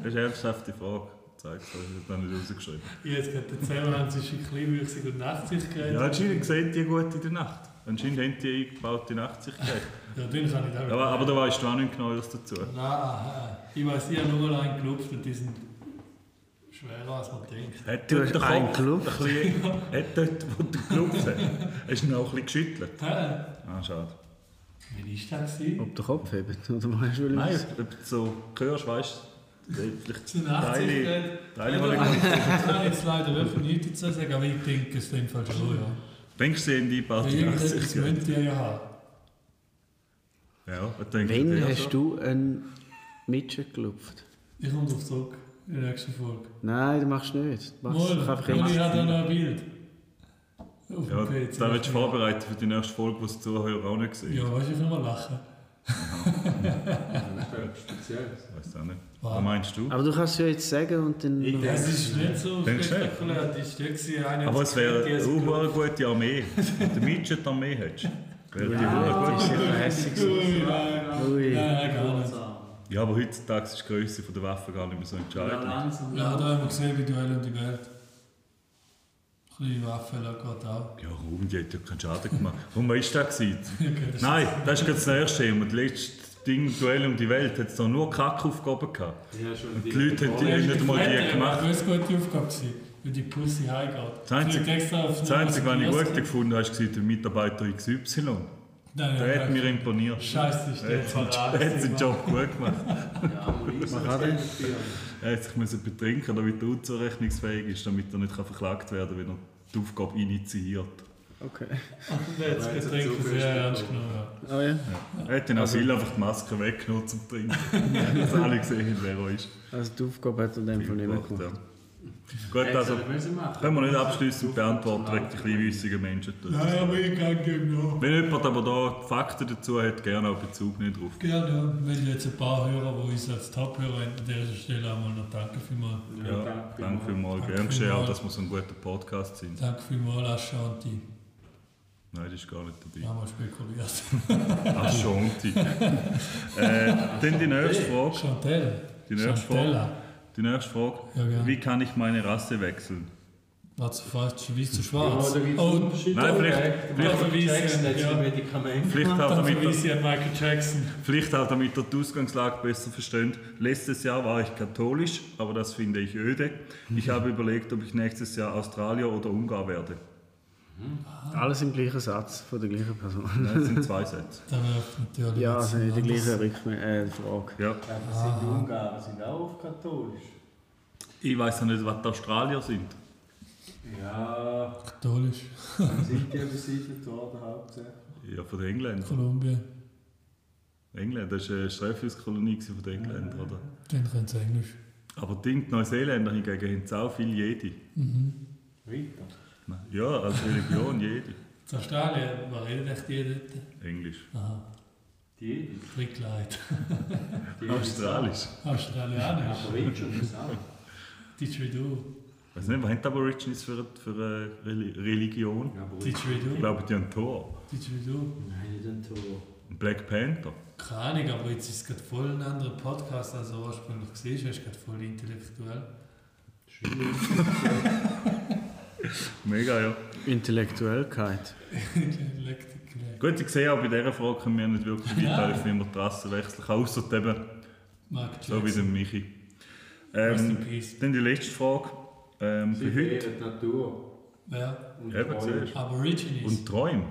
Speaker 5: eine ernsthafte Frage. Zeig's dir, ich habe das nicht rausgeschrieben.
Speaker 4: Ich habe jetzt gerade den Zusammenhang zwischen kleinwüchsig und nachtsicht
Speaker 5: Ja,
Speaker 4: geredet.
Speaker 5: anscheinend sehen die gut in der Nacht. Anscheinend haben die eingebaute Nachtsichtgeräte.
Speaker 4: Ja, den kann ich damit.
Speaker 5: Aber, aber da weißt du auch nicht genaueres dazu.
Speaker 4: Nein, ich weiß, ich habe nur mal einen gelupft und die sind schwerer als man denkt.
Speaker 5: Hat
Speaker 3: Du
Speaker 5: dort
Speaker 3: hast
Speaker 5: der
Speaker 3: einen
Speaker 5: Kopf
Speaker 3: gelupft?
Speaker 5: ein bisschen- Hat dort, wo du gelupft hast, hast du ihn auch ein bisschen geschüttelt?
Speaker 4: Hä?
Speaker 5: Ah, schade.
Speaker 4: Wie ist das? gewesen?
Speaker 3: Ob der Kopf hebt? Oder meinst du,
Speaker 5: Nein,
Speaker 3: was?
Speaker 5: ob- ob du so hörst, weißt du, vielleicht
Speaker 4: Das sind 80
Speaker 5: Teile,
Speaker 4: Grad.
Speaker 5: Teile
Speaker 4: Ja,
Speaker 5: mal
Speaker 4: da- Da kann ich jetzt leider wirklich nichts dazu sagen, aber ich denke es in dem Fall schon, ja.
Speaker 5: Denkst du, sie haben
Speaker 4: Weil
Speaker 5: eingebaute
Speaker 4: Irgendetwas
Speaker 5: Nachtsichtgeräte?
Speaker 4: könnt ihr ja haben.
Speaker 5: Ja, ich denke
Speaker 3: Wann
Speaker 5: ja
Speaker 3: hast
Speaker 5: schon.
Speaker 3: du einen Mitschel gelupft?
Speaker 4: Ich komme drauf zurück in der nächsten Folge.
Speaker 3: Nein, das machst du nicht. Du machst
Speaker 4: Mal,
Speaker 3: doch einfach
Speaker 4: mal, ich
Speaker 3: jetzt.
Speaker 4: habe da noch ein Bild. Auf
Speaker 5: Ja,
Speaker 4: dem PC.
Speaker 5: da willst du vorbereiten für die nächste Folge, die die Zuhörer auch nicht sehen.
Speaker 4: Ja, weißt du, ich kann mal lachen.
Speaker 2: Das ist speziell.
Speaker 5: Ich weiß auch nicht.
Speaker 4: Wow.
Speaker 5: Was meinst du?
Speaker 3: Aber du kannst es ja jetzt sagen und dann.
Speaker 2: Ich denke-
Speaker 4: Das ist nicht so
Speaker 5: Denkst du nicht?
Speaker 4: spektakulär. Die Stöcke haben
Speaker 5: Aber es Uh. wäre
Speaker 4: die
Speaker 5: eine
Speaker 4: haben-
Speaker 5: super gute Armee. Wenn du Midget Armee hättest, wäre die super gut.
Speaker 3: das ist sicher hässlich.
Speaker 4: Ui, nein, nein.
Speaker 3: Ui.
Speaker 4: Nein, gar nicht.
Speaker 2: Langsam.
Speaker 5: Ja, aber heutzutage ist die Größe der Waffe gar nicht mehr so
Speaker 2: Ja,
Speaker 5: entscheidend.
Speaker 2: langsam.
Speaker 4: Ja, da haben wir gesehen, wie Duell um die Welt. Ein bisschen Waffen, da geht auch. [laughs]
Speaker 5: Ja, Raum, die hat ja keinen Schaden gemacht. Und man ist da gewesen?
Speaker 4: Okay, das-
Speaker 5: Nein, das ist gerade das nächste Thema. Das letzte Ding, Duell um die Welt, hat es doch nur Kackaufgaben gehabt.
Speaker 2: Ja, schon
Speaker 5: Die Leute haben die
Speaker 4: Ja,
Speaker 5: nicht einmal die
Speaker 4: Fette,
Speaker 5: gemacht.
Speaker 4: Das war eine gute Aufgabe, gewesen, weil die Pussy heimgeht.
Speaker 5: Das Einzige-
Speaker 4: Fliegt extra auf
Speaker 5: Das Einzige, was ich gut
Speaker 4: Nein,
Speaker 5: gefunden habe, war der Mitarbeiter XY.
Speaker 4: nein,
Speaker 5: Der hat
Speaker 4: nein.
Speaker 5: mir imponiert.
Speaker 4: Scheiße, ich
Speaker 5: Er
Speaker 4: stehe
Speaker 5: hat seinen Jo- er hat seinen Job gut gemacht.
Speaker 2: Ja, Maurice.
Speaker 3: Man kann den-
Speaker 5: Er hat sich müssen betrinken, damit er unzurechnungsfähig ist, damit er nicht kann verklagt werden kann, wenn er die Aufgabe initiiert.
Speaker 3: Okay.
Speaker 4: Der hat das Getränk sehr ernst genommen. ja.
Speaker 3: Oh ja.
Speaker 5: Er hat den Asyl einfach die Maske weggenommen zum Trinken. [laughs] Dass alle gesehen haben, wer er ist.
Speaker 3: Also die Aufgabe hat er in dem Fall nicht mehr
Speaker 5: Gebracht, ja.
Speaker 3: gemacht.
Speaker 5: Gut, also können wir nicht abschließend
Speaker 2: abschließend
Speaker 5: beantworten, wegen der kleinwüchsigen Menschen. dort.
Speaker 4: Nein, aber ich kann dem noch.
Speaker 5: Wenn jemand aber da Fakten dazu hat, gerne auch Bezug nicht drauf.
Speaker 4: Gerne, ja. wenn jetzt ein paar Hörer, die uns als Top-Hörer an dieser Stelle einmal noch danke vielmals.
Speaker 5: Ja, danke vielmals.
Speaker 4: Danke
Speaker 5: Gern geschehen,
Speaker 4: vielmals.
Speaker 5: auch dass wir so ein guter Podcast sind.
Speaker 4: Danke vielmals, Ashanti.
Speaker 5: Nein, das ist gar nicht dabei.
Speaker 4: Wir haben mal spekuliert.
Speaker 5: [laughs] Ashanti.
Speaker 4: [laughs]
Speaker 5: äh, dann die nächste Frage.
Speaker 4: Chantelle.
Speaker 5: Die nächste Frage.
Speaker 4: Chantella.
Speaker 5: Die nächste Frage.
Speaker 4: Ja, gerne.
Speaker 5: Wie kann ich meine Rasse wechseln?
Speaker 4: War zu fast, wie zu
Speaker 2: Ja,
Speaker 4: schwarz.
Speaker 2: da gibt es
Speaker 4: oh,
Speaker 2: Unterschiede.
Speaker 5: Nein, vielleicht-
Speaker 4: vielleicht-
Speaker 2: Jackson hat
Speaker 4: Ja.
Speaker 2: ja. Medikamente.
Speaker 5: Vielleicht halt,
Speaker 4: dann
Speaker 5: damit
Speaker 4: verweise ich an Michael Jackson.
Speaker 5: Vielleicht auch, damit ihr die Ausgangslage besser versteht. Letztes Jahr war ich katholisch, aber das finde ich öde. Ich habe überlegt, ob ich nächstes Jahr Australier oder Ungar werde.
Speaker 3: Alles im gleichen Satz von der gleichen Person.
Speaker 5: Nein, Das sind zwei Sätze.
Speaker 4: Dann wirft natürlich.
Speaker 3: Ja,
Speaker 4: jetzt
Speaker 3: also nicht die
Speaker 4: anders.
Speaker 3: gleiche Rückme äh, Frage.
Speaker 5: Ja.
Speaker 2: Aber sind die Ungarn sind auch oft katholisch.
Speaker 5: Ich weiß ja nicht, was die Australier sind.
Speaker 2: Ja,
Speaker 4: Katholisch.
Speaker 2: dann sind die ja besiedelt worden hauptsächlich.
Speaker 5: Ja, von den Engländern.
Speaker 4: Kolumbien.
Speaker 5: England, das war eine Streifüßkolonie gewesen von den Engländern, oder?
Speaker 4: Dann können sie Englisch.
Speaker 5: Aber die Neuseeländer hingegen haben so viel jede.
Speaker 4: Mhm.
Speaker 2: Weiter.
Speaker 5: Nein. Ja, als Religion jede.
Speaker 4: In Australien, was redet echt jeder dort?
Speaker 5: Englisch.
Speaker 4: Aha,
Speaker 2: Die,
Speaker 4: Trickleid. [laughs]
Speaker 2: die
Speaker 5: Australisch.
Speaker 4: Australianisch.
Speaker 2: Aborigines auch.
Speaker 4: Didgeridoo.
Speaker 5: Ich weiß nicht, was haben die Aborigines für, eine- für eine Reli- Religion? Ich
Speaker 4: Didgeridoo.
Speaker 5: glaube, die haben ein Tor.
Speaker 4: Didgeridoo.
Speaker 2: Nein, nicht ein Tor.
Speaker 5: Ein Black Panther.
Speaker 4: Keine Ahnung, aber jetzt ist es gerade voll ein anderer Podcast, als du [laughs] ursprünglich gesehen hast. Es ist gerade voll intellektuell.
Speaker 2: Schwierig.
Speaker 5: Mega, ja.
Speaker 3: Intellektuellkeit.
Speaker 4: Intellektik. nein.
Speaker 5: Gut, ich sehe auch bei dieser Frage können wir nicht wirklich weiterhelfen, wie man die Rasse wechseln kann, außer eben
Speaker 4: Mark Jackson.
Speaker 5: so wie der Michi.
Speaker 4: Rest in
Speaker 5: Ähm,
Speaker 4: peace.
Speaker 5: dann die letzte Frage ähm,
Speaker 2: Sie
Speaker 5: für heute.
Speaker 2: verehren die Natur.
Speaker 4: Ja,
Speaker 2: Und
Speaker 5: Eben,
Speaker 2: alles.
Speaker 5: siehst
Speaker 4: Aborigines.
Speaker 5: Und Träume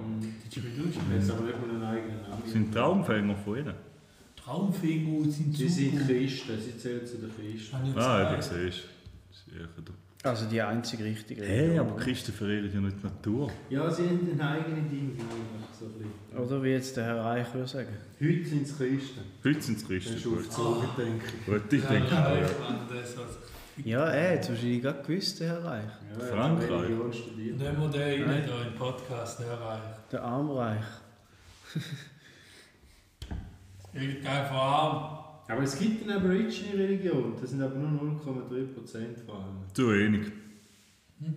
Speaker 2: Jetzt haben wir nicht mal einen eigenen Namen.
Speaker 5: sind Traumfänger von ihnen.
Speaker 4: Traumfänger sind
Speaker 2: Sie sind
Speaker 4: Zukunft.
Speaker 2: Christen, sie zählen zu den Christen.
Speaker 4: Habe ich
Speaker 5: Ah, eben,
Speaker 4: gesagt.
Speaker 5: siehst du. Das ist eher der-
Speaker 3: Also die einzige richtige.
Speaker 5: Hey,
Speaker 3: Religion,
Speaker 5: aber Christen verehren ja nicht die Natur.
Speaker 2: Ja, sie haben einen eigenen Ding. eigentlich, So ein bisschen.
Speaker 3: oder? Oder wie jetzt der Herr Reich würde sagen.
Speaker 2: Heute sind es Christen.
Speaker 5: Heute sind es
Speaker 2: Das
Speaker 5: Christen.
Speaker 2: ist
Speaker 5: Gut,
Speaker 2: aufgezogen, denke
Speaker 5: gut ich
Speaker 4: Ja,
Speaker 5: denke auch, ja.
Speaker 4: Reich, Mann, das war's.
Speaker 3: Ja, er hat es wahrscheinlich gerade gewusst, der Herr Reich.
Speaker 2: ich. Ja,
Speaker 5: Frankreich.
Speaker 2: ich habe Religion studiert.
Speaker 4: Nehmen wir den
Speaker 3: Nein.
Speaker 4: rein, da in den Podcast, der Reich.
Speaker 3: Der Armreich.
Speaker 4: Irgendein Farm.
Speaker 2: Aber es gibt eine Aborigine-Religion, das sind aber nur 0,3% vor allem.
Speaker 5: Zu wenig.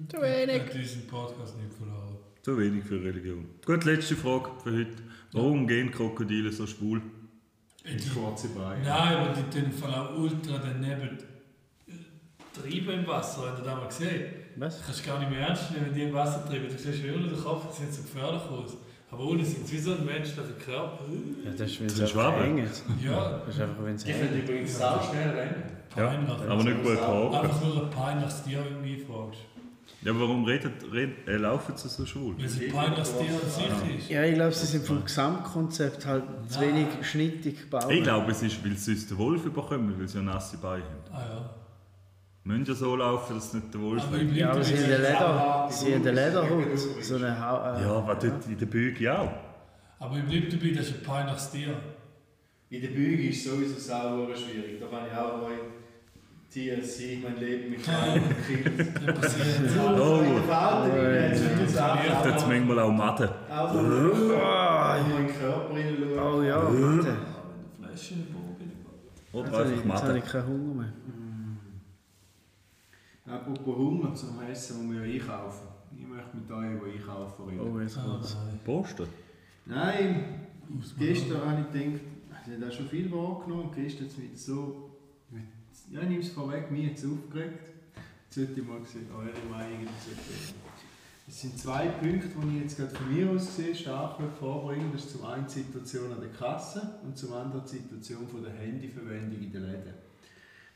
Speaker 3: Zu
Speaker 4: Hat diesen Podcast nicht verloren.
Speaker 5: Zu wenig für Religion. Gut, letzte Frage für heute. Warum gehen Krokodile so schwul?
Speaker 4: Die,
Speaker 2: schwarze Beine.
Speaker 4: nein, aber die tun voll auch ultra daneben äh, treiben im Wasser. Habt ihr das mal gesehen?
Speaker 3: Was?
Speaker 4: Das kannst du gar nicht mehr ernst nehmen, wenn die im Wasser treiben. Du siehst wie ohne den Kopf, die sehen so gefährlich aus. Aber ohne sind sie wie so ein menschlicher Körper. äh,
Speaker 3: Ja, das ist, wenn
Speaker 5: Das
Speaker 3: es
Speaker 5: sind
Speaker 3: einfach
Speaker 5: Schwaben.
Speaker 3: hängt.
Speaker 4: Ja,
Speaker 3: Das ist einfach, wenn es
Speaker 2: Die
Speaker 3: hängt.
Speaker 2: können übrigens auch schnell rennen.
Speaker 4: peinlich.
Speaker 5: Aber nicht gut gehabt.
Speaker 4: Einfach nur ein peinliches Tier, wenn du mich fragst.
Speaker 5: Ja, aber warum redet, red, äh, laufen sie so schwul?
Speaker 4: Weil es ein peinliches Tier an sich ist.
Speaker 3: Ja, ich glaube, sie sind vom Gesamtkonzept halt zu wenig schnittig gebaut.
Speaker 5: Ich glaube, es ist, weil sie uns den Wolf überkommen, weil sie ja nasse Beine haben.
Speaker 4: Ah ja.
Speaker 5: Sie müssen ja so laufen, dass nicht der Wolf
Speaker 4: Aber ich
Speaker 5: weg.
Speaker 3: Ja, aber sie haben
Speaker 4: bleibe
Speaker 3: eine Leder, sie haben eine Lederhut. So eine Hau äh,
Speaker 5: Ja, was dort in der Büge auch.
Speaker 4: bleib dabei, das ist ein peinliches Tier.
Speaker 2: In der Büge ist sowieso sauer schwierig. Da kann ich auch mal TLC mein Leben mit kleinen Kindern.
Speaker 4: Das
Speaker 5: [laughs]
Speaker 4: passiert.
Speaker 5: Oh.
Speaker 2: In der Welt,
Speaker 3: Oh.
Speaker 2: wenn ich jetzt viel
Speaker 5: Dort hat es
Speaker 2: Sachen
Speaker 5: manchmal auch Maden.
Speaker 2: Auch in meinen Körper hineinschauen.
Speaker 3: Oh ja, warte. Jetzt habe
Speaker 5: Oder
Speaker 3: ich- jetzt
Speaker 5: einfach
Speaker 3: habe
Speaker 5: Maden.
Speaker 3: ich keinen Hunger mehr.
Speaker 2: Mm. Apropos Hunger zum Essen, wo wir einkaufen. Ich möchte mit euch über einkaufen reden.
Speaker 3: Oh, jetzt
Speaker 4: Ah,
Speaker 3: kommt's.
Speaker 4: nein.
Speaker 5: Posten.
Speaker 2: Nein,
Speaker 4: Aus
Speaker 2: gestern habe ich gedacht, ich habe da schon viel wahrgenommen. Gestern hat es mich so. Ja, ich nehme es vorweg, mich hat es aufgeregt. Jetzt hätte ich mal gesehen, eure Meinung dazu. geben. Es sind zwei Punkte, die ich jetzt gerade von mir aus sehe, stark möchte vorbringen Das ist zum einen die Situation an der Kasse und zum anderen die Situation von der Handyverwendung in den Läden.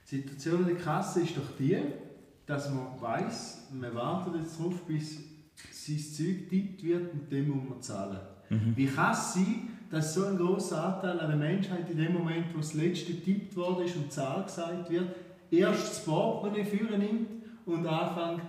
Speaker 2: Die Situation an der Kasse ist doch die, dass man weiß, man wartet jetzt drauf, bis sein Zeug getippt wird und dem muss man zahlen.
Speaker 5: Mhm.
Speaker 2: Wie kann es sein, dass so ein großer Anteil an der Menschheit in dem Moment, wo das letzte getippt worden ist und die Zahl gesagt wird, erst das Portemonnaie führen nimmt und anfängt,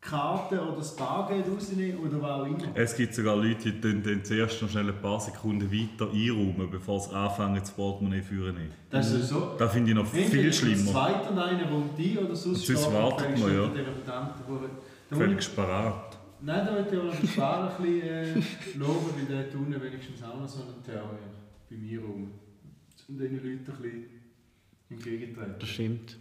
Speaker 2: Karte oder das Bargeld rausnehmen oder was auch immer.
Speaker 5: Es gibt sogar Leute, die tun dann zuerst noch schnell ein paar Sekunden weiter einräumen, bevor sie anfangen, das Portemonnaie zu führen.
Speaker 2: Das ist so.
Speaker 5: Das finde ich noch Äh, viel
Speaker 2: Das
Speaker 5: schlimmer.
Speaker 2: zweite und einer rund die oder sonst
Speaker 5: Und sonst
Speaker 2: steht
Speaker 5: wartet
Speaker 2: vielleicht
Speaker 5: man, ja.
Speaker 2: unter dieser verdammten Hure. Da muss
Speaker 5: Völlig sparat.
Speaker 2: ich- Nein, da wollte ich aber den Spar ein bisschen äh, loben, weil der hat unten wenigstens auch noch so einen Terrier bei mir rum. Und den Leuten ein bisschen entgegentreten.
Speaker 3: Das stimmt.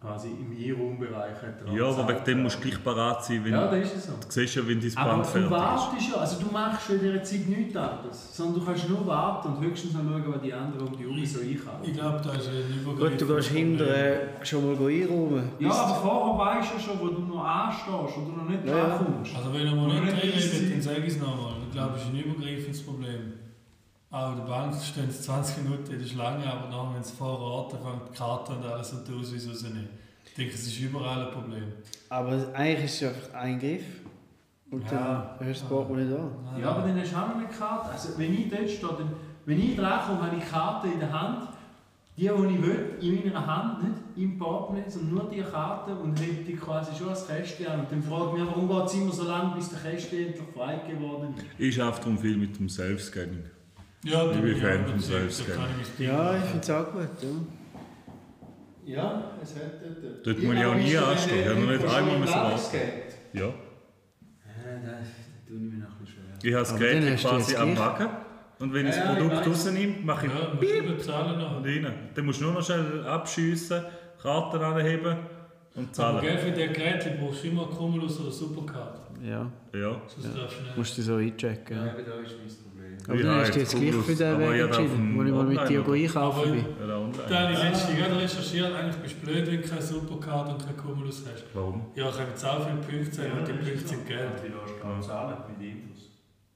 Speaker 2: Quasi im Einraumbereich hat er
Speaker 5: Ja,
Speaker 2: alles
Speaker 5: aber wegen dem musst du
Speaker 2: angezahlt.
Speaker 5: gleich parat sein, wenn
Speaker 2: Ja,
Speaker 5: du
Speaker 2: das ist es so.
Speaker 5: siehst, ja, wenn dein
Speaker 2: Aber
Speaker 5: Band
Speaker 2: du
Speaker 5: fertig
Speaker 2: wartest ja, also du machst ja in dieser Zeit nichts anderes, sondern du kannst nur warten und höchstens noch schauen, was die anderen um die Uhr so
Speaker 4: Ich
Speaker 2: einkaufen.
Speaker 4: glaube, da ist ein Übergang.
Speaker 3: Gut, du gehst hinter äh, schon mal einräumen.
Speaker 2: Ja, aber vorher weißt du ja schon, wo du noch anstehst und du noch nicht
Speaker 3: Ja, ja.
Speaker 2: drankommst.
Speaker 4: Also, wenn ihr mal
Speaker 2: Wenn
Speaker 4: nicht
Speaker 2: nicht
Speaker 4: reinredet,
Speaker 2: easy.
Speaker 4: dann sage ich es nochmal. Ich glaube, es ist ein übergreifendes Problem. Auch der Bank stehen sie 20 Minuten in der Schlange, aber nachher, wenn sie vor Ort fängt die Karte und alles und der Ausweis rausnehmen. Ich denke, es ist überall ein Problem.
Speaker 3: Aber eigentlich ist es einfach ein Griff. Und
Speaker 4: Ja.
Speaker 3: dann hörst du das Portemonnaie da.
Speaker 4: Nein,
Speaker 2: Ja, aber dann hast du auch noch eine Karte. Also, wenn ich dort stehe, dann, wenn ich drankomme, habe ich Karten in der Hand. Die, die ich will, in meiner Hand, nicht im Portemonnaie, sondern nur die Karte und hält die quasi schon als Kästchen an. Und dann frage ich mich, warum geht es immer so lange, bis der Kästchen endlich frei geworden ist.
Speaker 5: ist. Ich arbeite darum viel mit dem Self-Scanning.
Speaker 4: ja,
Speaker 5: Ich
Speaker 4: da
Speaker 5: bin
Speaker 4: bin ich auch
Speaker 5: Fan vom
Speaker 4: überzeugt, da
Speaker 5: Selbstscannen.
Speaker 4: kann ich mich
Speaker 3: Ja, ich finde es auch gut. Ja.
Speaker 2: Ja, es hat dort...
Speaker 5: Dort muss ich auch nie anstehen, ich habe noch nicht einmal müssen warten. Ja.
Speaker 2: Das tue ich mir noch ein bisschen schwer.
Speaker 5: Ich habe das
Speaker 3: Aber dann
Speaker 5: Gerät
Speaker 3: hast du
Speaker 5: quasi
Speaker 3: jetzt
Speaker 5: am
Speaker 3: gleich-
Speaker 5: Backen und wenn ich
Speaker 2: Ja,
Speaker 5: das
Speaker 2: ja, ich
Speaker 5: Produkt
Speaker 2: weiß.
Speaker 5: rausnehme, mache ich
Speaker 4: Ja, musst du bezahlen noch.
Speaker 5: und rein. Dann musst du nur noch schnell abschiessen, Karten anheben und
Speaker 4: Aber
Speaker 5: zahlen.
Speaker 4: gell, für den Gerät brauchst du immer Cumulus oder Supercard.
Speaker 3: ja.
Speaker 5: Ja.
Speaker 4: Sonst darfst du nicht.
Speaker 3: Musst du so einchecken.
Speaker 2: Ja,
Speaker 3: Ja.
Speaker 2: aber da ist mein Problem.
Speaker 3: Aber dann hast du jetzt gleich für den Weg entschieden, wo ich mal mit dir einkaufen bin.
Speaker 5: Oder online.
Speaker 4: Da habe ich letztens gerade recherchiert, eigentlich bist du blöd, wenn du keine Supercard und keinen Cumulus hast.
Speaker 5: Warum?
Speaker 4: Ja, ich habe jetzt auch viele Punkte sein und die Punkte sind Geld.
Speaker 2: Die lässt du auch zahlen mit Infos.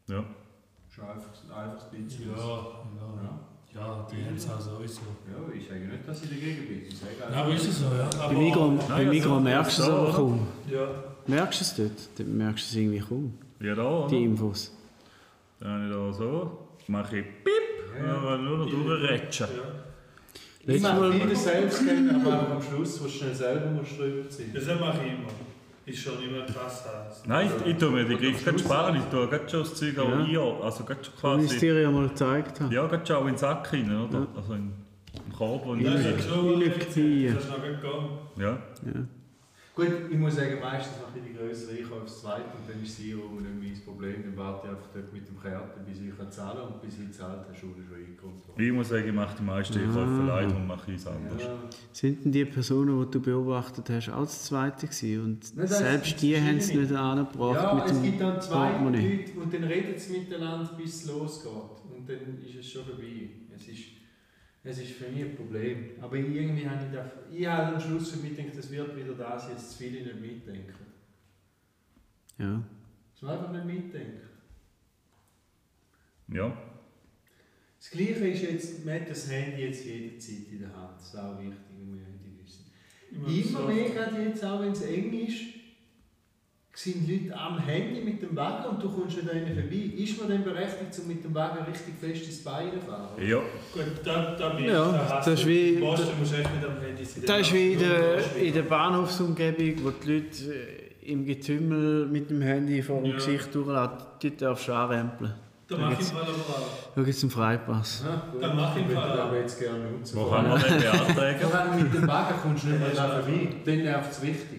Speaker 5: Ja.
Speaker 2: Das ist einfach, einfach ein bisschen.
Speaker 4: Ja, ja.
Speaker 2: Ja.
Speaker 4: Ja, die haben es also auch sowieso.
Speaker 2: Ja, ich sage nicht, dass ich dagegen bin. Ich sage
Speaker 4: Ja, aber ist es so, ja. Aber,
Speaker 3: Bei Migros, bei
Speaker 5: das
Speaker 3: Migros
Speaker 5: ist
Speaker 3: merkst du es
Speaker 5: so,
Speaker 3: aber
Speaker 5: oder?
Speaker 3: kaum.
Speaker 4: Ja.
Speaker 3: Merkst du es dort? Dann merkst du es irgendwie kaum,
Speaker 5: Ja, da, oder?
Speaker 3: die Infos.
Speaker 5: Dann habe ich da so. Mache ich Pip. Ja. Aber nur noch durchretschen.
Speaker 2: Ich
Speaker 3: Letztes
Speaker 2: mache
Speaker 3: Mal,
Speaker 2: nicht den Selbstscan, aber einfach am Schluss, wo du schnell selber musst drüber ziehen.
Speaker 4: Das mache ich immer. Ist schon immer krass.
Speaker 5: Nein, ich, ich tue mir die Griff gerade sparen. Ich tue gerade schon das Zeug auch ein. Also gerade schon
Speaker 3: wenn ich es
Speaker 5: quasi.
Speaker 3: dir ja mal gezeigt habe.
Speaker 5: Ja, gerade schon auch in den Sack rein, oder? Also in den Korb. wo ich-
Speaker 4: Das
Speaker 3: Ja.
Speaker 4: ist schon
Speaker 3: Viele Knie.
Speaker 4: Das ist noch gut gegangen.
Speaker 5: Ja.
Speaker 2: Gut, ich muss sagen, meistens mache ich die größeren Einkäufe aufs zweite und dann ist es hier oben nicht mein Problem. Dann warte ich einfach dort mit dem Kärtchen, bis ich kann zahlen und bis ich zahlt, hast du schon eingekommen.
Speaker 5: Ich muss sagen, ich mache die meisten
Speaker 3: Ah.
Speaker 5: Einkäufe allein und mache es anders.
Speaker 3: Sind denn die Personen, die du beobachtet hast, auch das Zweite gewesen? Und
Speaker 2: Nein, das
Speaker 3: selbst
Speaker 2: ist
Speaker 3: die
Speaker 2: das
Speaker 3: haben es nicht
Speaker 2: Verschiedene.
Speaker 3: angebracht
Speaker 2: Ja,
Speaker 3: mit
Speaker 2: es
Speaker 3: dem
Speaker 2: gibt dann zwei
Speaker 3: Portemonnaie.
Speaker 2: Leute und dann reden sie miteinander, bis es losgeht. Und dann ist es schon vorbei. Es ist, es ist für mich ein Problem. Aber irgendwie habe ich, da, ich habe am Schluss für mich gedacht, das wird wieder das, jetzt zu viele nicht mitdenken.
Speaker 3: Ja.
Speaker 2: Dass man einfach nicht mitdenken.
Speaker 5: Ja.
Speaker 2: Das Gleiche ist jetzt, man hat das Handy jetzt jederzeit in der Hand. Das ist auch wichtig, muss ich wissen. Immer mehr, gerade jetzt auch wenn es eng ist, sind Leute am Handy mit dem Wagen und du kommst nicht an ihnen vorbei. Ist man denn berechtigt, um mit dem Wagen richtig fest ins Bein zu fahren?
Speaker 5: Ja.
Speaker 4: Gut, da, da bin ich.
Speaker 3: Ja,
Speaker 4: da hast
Speaker 3: das ist
Speaker 4: du-
Speaker 3: wie-
Speaker 4: Die Post, du musst echt mit am Handy sein.
Speaker 3: Das ist wie in der, in der Bahnhofsumgebung, wo die Leute äh, im Getümmel mit dem Handy vor dem
Speaker 4: Ja.
Speaker 3: Gesicht durchlaufen. Die darfst du anrempeln.
Speaker 4: Da mache ich im Fall aber auch.
Speaker 3: Da gibt es einen Freipass.
Speaker 2: Ja, gut.
Speaker 4: Dann mach ich
Speaker 2: Ich würde
Speaker 4: mal.
Speaker 2: das aber jetzt gerne nutzen.
Speaker 5: Wo kann man den
Speaker 3: [laughs]
Speaker 5: beantragen?
Speaker 2: Vor allem mit dem Wagen kommst du nicht [laughs] mehr dran vorbei. Dann nervt es richtig.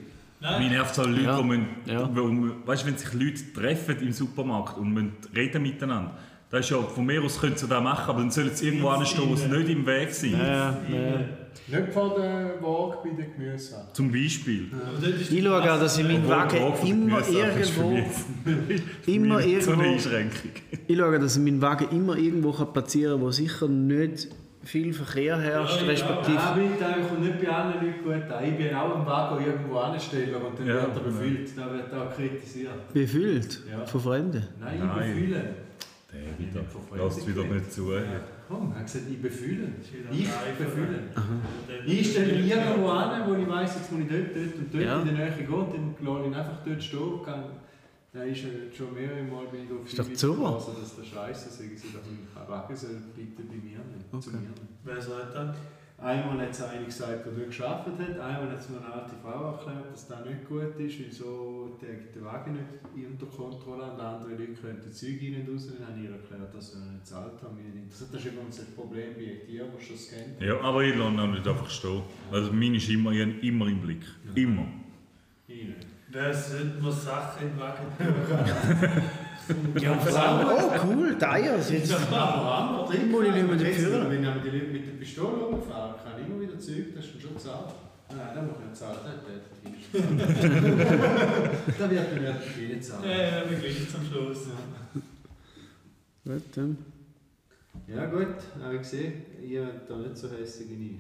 Speaker 5: Mich
Speaker 4: Nein,
Speaker 5: nervt es auch Leute,
Speaker 3: Ja.
Speaker 5: die müssen,
Speaker 3: Ja.
Speaker 5: wo man- weißt, du, wenn sich Leute treffen im Supermarkt und müssen reden miteinander. Das ist ja, von mir aus können sie das machen, aber dann sollen sie irgendwo anstehen, wo sie nicht im Weg sind.
Speaker 3: Ja, ja.
Speaker 2: Nicht vor der Waage bei den Gemüsen.
Speaker 5: Zum Beispiel.
Speaker 4: aber dort ist
Speaker 3: Ich
Speaker 4: die
Speaker 3: schaue auch,
Speaker 4: Klasse-
Speaker 3: dass ich meinen
Speaker 5: Obwohl,
Speaker 3: Wagen
Speaker 5: die
Speaker 3: immer
Speaker 5: Waage für
Speaker 3: irgendwo,
Speaker 5: Gemüse
Speaker 3: [laughs]
Speaker 5: ist
Speaker 3: immer
Speaker 5: So eine
Speaker 3: irgendwo,
Speaker 5: Einschränkung.
Speaker 3: ich schaue, dass ich meinen Wagen immer irgendwo kann platzieren kann, wo sicher nicht viel Verkehr
Speaker 4: Ja,
Speaker 3: herrscht,
Speaker 4: ja.
Speaker 3: respektive
Speaker 2: Ja, bitte, ich komme nicht bei allen Leuten gut an. Ich bin auch im Wagen irgendwo anstellen und dann
Speaker 5: Ja.
Speaker 2: wird er befüllt. Dann wird er auch kritisiert.
Speaker 3: befüllt
Speaker 2: Ja.
Speaker 3: von Fremden.
Speaker 2: Nein,
Speaker 5: Nein.
Speaker 2: ich befüllen.
Speaker 5: Der wieder. Lasst wieder nicht zu.
Speaker 2: Komm, er hat gesagt, ich befühle.
Speaker 4: wieder
Speaker 2: Ich
Speaker 4: live,
Speaker 2: befühle.
Speaker 4: Dort-
Speaker 2: Ich stelle mich irgendwo an, wo ich weiss, jetzt muss ich dort, dort und dort
Speaker 3: Ja.
Speaker 2: in der Nähe gehen und dann lasse ich ihn einfach dort stehen. Gehe- Da ist äh, schon mehrere Mal bin ich auf
Speaker 3: Ist doch
Speaker 2: Hinweis
Speaker 3: super.
Speaker 2: gekommen, Also, dass der Scheiße sagen sie doch, ich wagen soll, bitte bei mir nicht. Zu
Speaker 3: Okay.
Speaker 2: mir nicht.
Speaker 4: Wer sagt das?
Speaker 2: Einmal hat es eine gesagt, die nicht geschafft hat, einmal hat es mir eine alte Frau erklärt, dass das nicht gut ist, wieso der den Wagen nicht unter Kontrolle hat, andere Leute können die Züge rein und raus, dann habe ich ihr erklärt, dass wir nicht gezahlt haben. Wir nicht- Das ist übrigens ein Problem bei dir, wo schon scannt.
Speaker 5: Ja, aber ich lasse ihn nicht einfach stehen. Also meine ist immer, ich habe ihn immer im Blick. Immer.
Speaker 2: Ich nicht.
Speaker 4: Wer sind nur Sachen im Wagen? [laughs] ja,
Speaker 3: Oh cool, Tires jetzt.
Speaker 4: Ah,
Speaker 2: Aber auch
Speaker 3: Muss ich nicht mehr dafür.
Speaker 2: Wenn aber die Leute mit der Pistole rumfahren, kann ich immer wieder Zeug, das ist schon gezahlt. Nein, das muss ich nicht zahlen, das hat der Da wird mir nicht viel
Speaker 4: Ja,
Speaker 2: gezahlt.
Speaker 4: ja, wir gleich zum Schluss.
Speaker 3: Gut, dann.
Speaker 2: Ja gut, habe ich gesehen, ihr habt da nicht so hässlich wie ich. hä?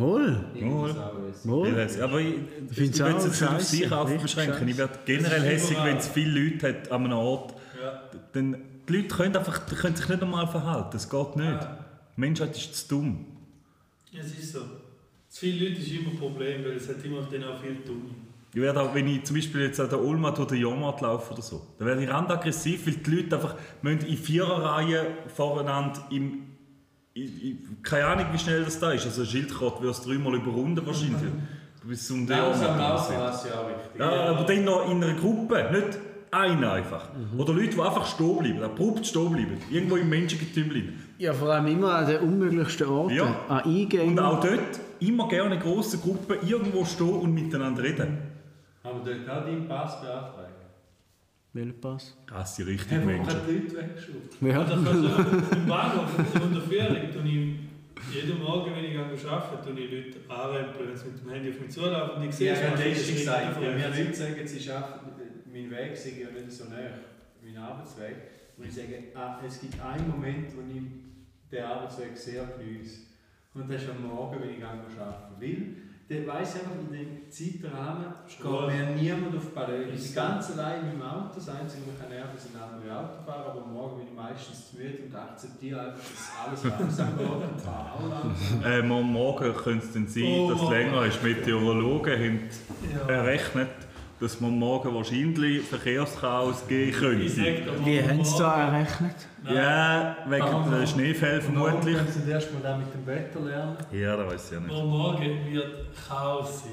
Speaker 3: Mal,
Speaker 2: Ich bin
Speaker 5: Mal.
Speaker 2: das auch hässig.
Speaker 5: Ich
Speaker 3: mal.
Speaker 5: weiß, aber ich, ich
Speaker 3: find's
Speaker 5: will es
Speaker 3: auch
Speaker 5: jetzt nicht auf
Speaker 3: scheisse,
Speaker 5: sich
Speaker 3: richtig
Speaker 5: beschränken. Ich werde generell
Speaker 4: Das ist
Speaker 5: hässlich,
Speaker 4: überall.
Speaker 5: wenn es viele Leute hat an einem Ort.
Speaker 4: Ja.
Speaker 5: Dann, die Leute können, einfach, die können sich nicht normal verhalten. Das geht nicht. Die Menschheit ist zu dumm.
Speaker 4: Es ist so. Zu viele Leute ist immer ein Problem, weil es hat immer auf denen auch viel Dumme.
Speaker 5: Ich werde auch, wenn ich zum Beispiel jetzt an der Olma oder der Jomat laufe oder so, dann werde ich randaggressiv, weil die Leute einfach müssen in Viererreihen voreinander im... In, in, keine Ahnung, wie schnell das da ist. Also ein Schildkröte wirst du dreimal
Speaker 2: [laughs]
Speaker 5: überrunden wahrscheinlich. Bis um den
Speaker 2: Langsam
Speaker 5: Jomat
Speaker 2: laufen,
Speaker 5: passiert.
Speaker 2: das ist ja auch wichtig.
Speaker 5: Ja, aber dann noch in einer Gruppe, nicht einer einfach.
Speaker 2: Mhm.
Speaker 5: Oder Leute, die einfach stehen bleiben, abrupt stehen bleiben, irgendwo im Menschengetüm bleiben.
Speaker 3: Ja, vor allem immer an den unmöglichsten Orten,
Speaker 5: Ja.
Speaker 3: an
Speaker 5: Und auch
Speaker 3: Eingängen.
Speaker 5: dort immer gerne in grossen Gruppen irgendwo stehen und miteinander reden.
Speaker 2: Aber dort auch deinen Pass beantragen.
Speaker 3: Weltpass.
Speaker 5: Krasse, richtig
Speaker 2: Einfach
Speaker 5: Menschen.
Speaker 2: die Leute weggeschoben.
Speaker 4: Und
Speaker 3: Ja.
Speaker 4: dann kannst du im Bahnhof und der Führung tue ich jeden Morgen, wenn ich arbeite, tue ich Leute anrempeln, wenn sie mit dem Handy auf mich zulaufen und ich sehe
Speaker 2: Ich habe
Speaker 4: manchmal
Speaker 2: letztens
Speaker 4: Schritte
Speaker 2: gesagt,
Speaker 4: davon.
Speaker 2: ja, mir Leute sagen, sie schaffen, mein Weg sei ja nicht so nah, mein Arbeitsweg. Weil ich sage, ah, es gibt einen Moment, wo ich den Arbeitsweg sehr genieße. Und das ist am Morgen, wenn ich arbeiten arbeiten will. Dann weiss ich einfach, in dem Zeitrahmen geht
Speaker 4: gut.
Speaker 2: mir niemand auf die Ballon. Ich bin ganz allein mit dem Auto. Das Einzige, was ich kann, ist ein anderes Auto fahren. Aber am Morgen bin ich meistens zu müde und akzeptiere einfach, dass alles langsam geht und fahre auch langsam.
Speaker 5: Ähm, am Morgen könnte es dann sein,
Speaker 4: Oh,
Speaker 5: dass es
Speaker 4: Mann.
Speaker 5: länger ist. Meteorologen haben
Speaker 4: Ja.
Speaker 5: errechnet, dass man morgen wahrscheinlich Verkehrschaos geben
Speaker 4: Ich
Speaker 5: könnte.
Speaker 4: sag dir,
Speaker 3: Wie
Speaker 4: morgen
Speaker 3: haben sie da
Speaker 4: Morgen-
Speaker 3: errechnet?
Speaker 5: Ja, wegen der Schneefälle vermutlich.
Speaker 2: Morgen müssen wir erst mal das mit dem Wetter lernen.
Speaker 5: Ja, das weiß ich ja nicht.
Speaker 4: Morgen Morgen wird Chaos sein.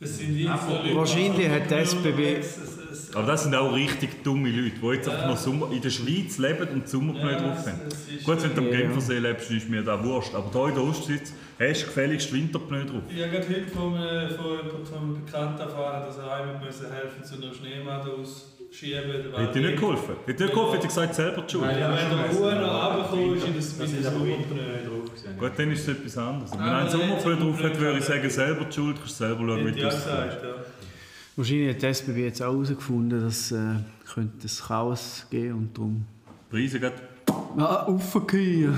Speaker 4: Es sind immer so Leute,
Speaker 3: wahrscheinlich
Speaker 4: die
Speaker 3: hat die SBB
Speaker 4: unterwegs sind. Es- es-
Speaker 5: Aber das sind auch richtig dumme Leute, die jetzt einfach
Speaker 4: Ja.
Speaker 5: noch Sommer, in der Schweiz leben und die Sommer
Speaker 4: Ja,
Speaker 5: nicht drauf haben.
Speaker 4: es- es ist-
Speaker 5: Gut, wenn du am
Speaker 3: Ja.
Speaker 5: Genfersee lebst, ist mir das wurscht. Aber hier in der Ostschweiz hast du gefälligst Winterpneu drauf.
Speaker 4: Ich habe gerade heute von, äh, von, jemandem- von einem Bekannten erfahren, dass er einem müssen helfen zu einer Schneematte ausschieben.
Speaker 5: Hätte ich nicht geholfen. Hätte ich nicht geholfen, hätte ich gesagt, selber die Schuld.
Speaker 4: Nein, ja, wenn der Ruhe noch runterkommst, ist das
Speaker 2: Das
Speaker 4: mindestens
Speaker 2: ist aber
Speaker 4: Sommerpneu.
Speaker 2: Winterpneu drauf gewesen.
Speaker 5: Gut, dann ist es etwas anderes. Wenn
Speaker 4: Nein,
Speaker 5: ein
Speaker 4: aber
Speaker 5: Sommerpneu
Speaker 4: jetzt-
Speaker 5: drauf hat, würde ich sagen, selber die Schuld, kannst selber schauen, wie
Speaker 4: Hätte ich
Speaker 5: du
Speaker 4: auch
Speaker 5: aussiehst.
Speaker 4: gesagt, ja.
Speaker 3: Wahrscheinlich hat die SBB jetzt auch herausgefunden, dass äh, könnte das Chaos geben und darum...
Speaker 5: Preise geht.
Speaker 3: Ah, aufgehen!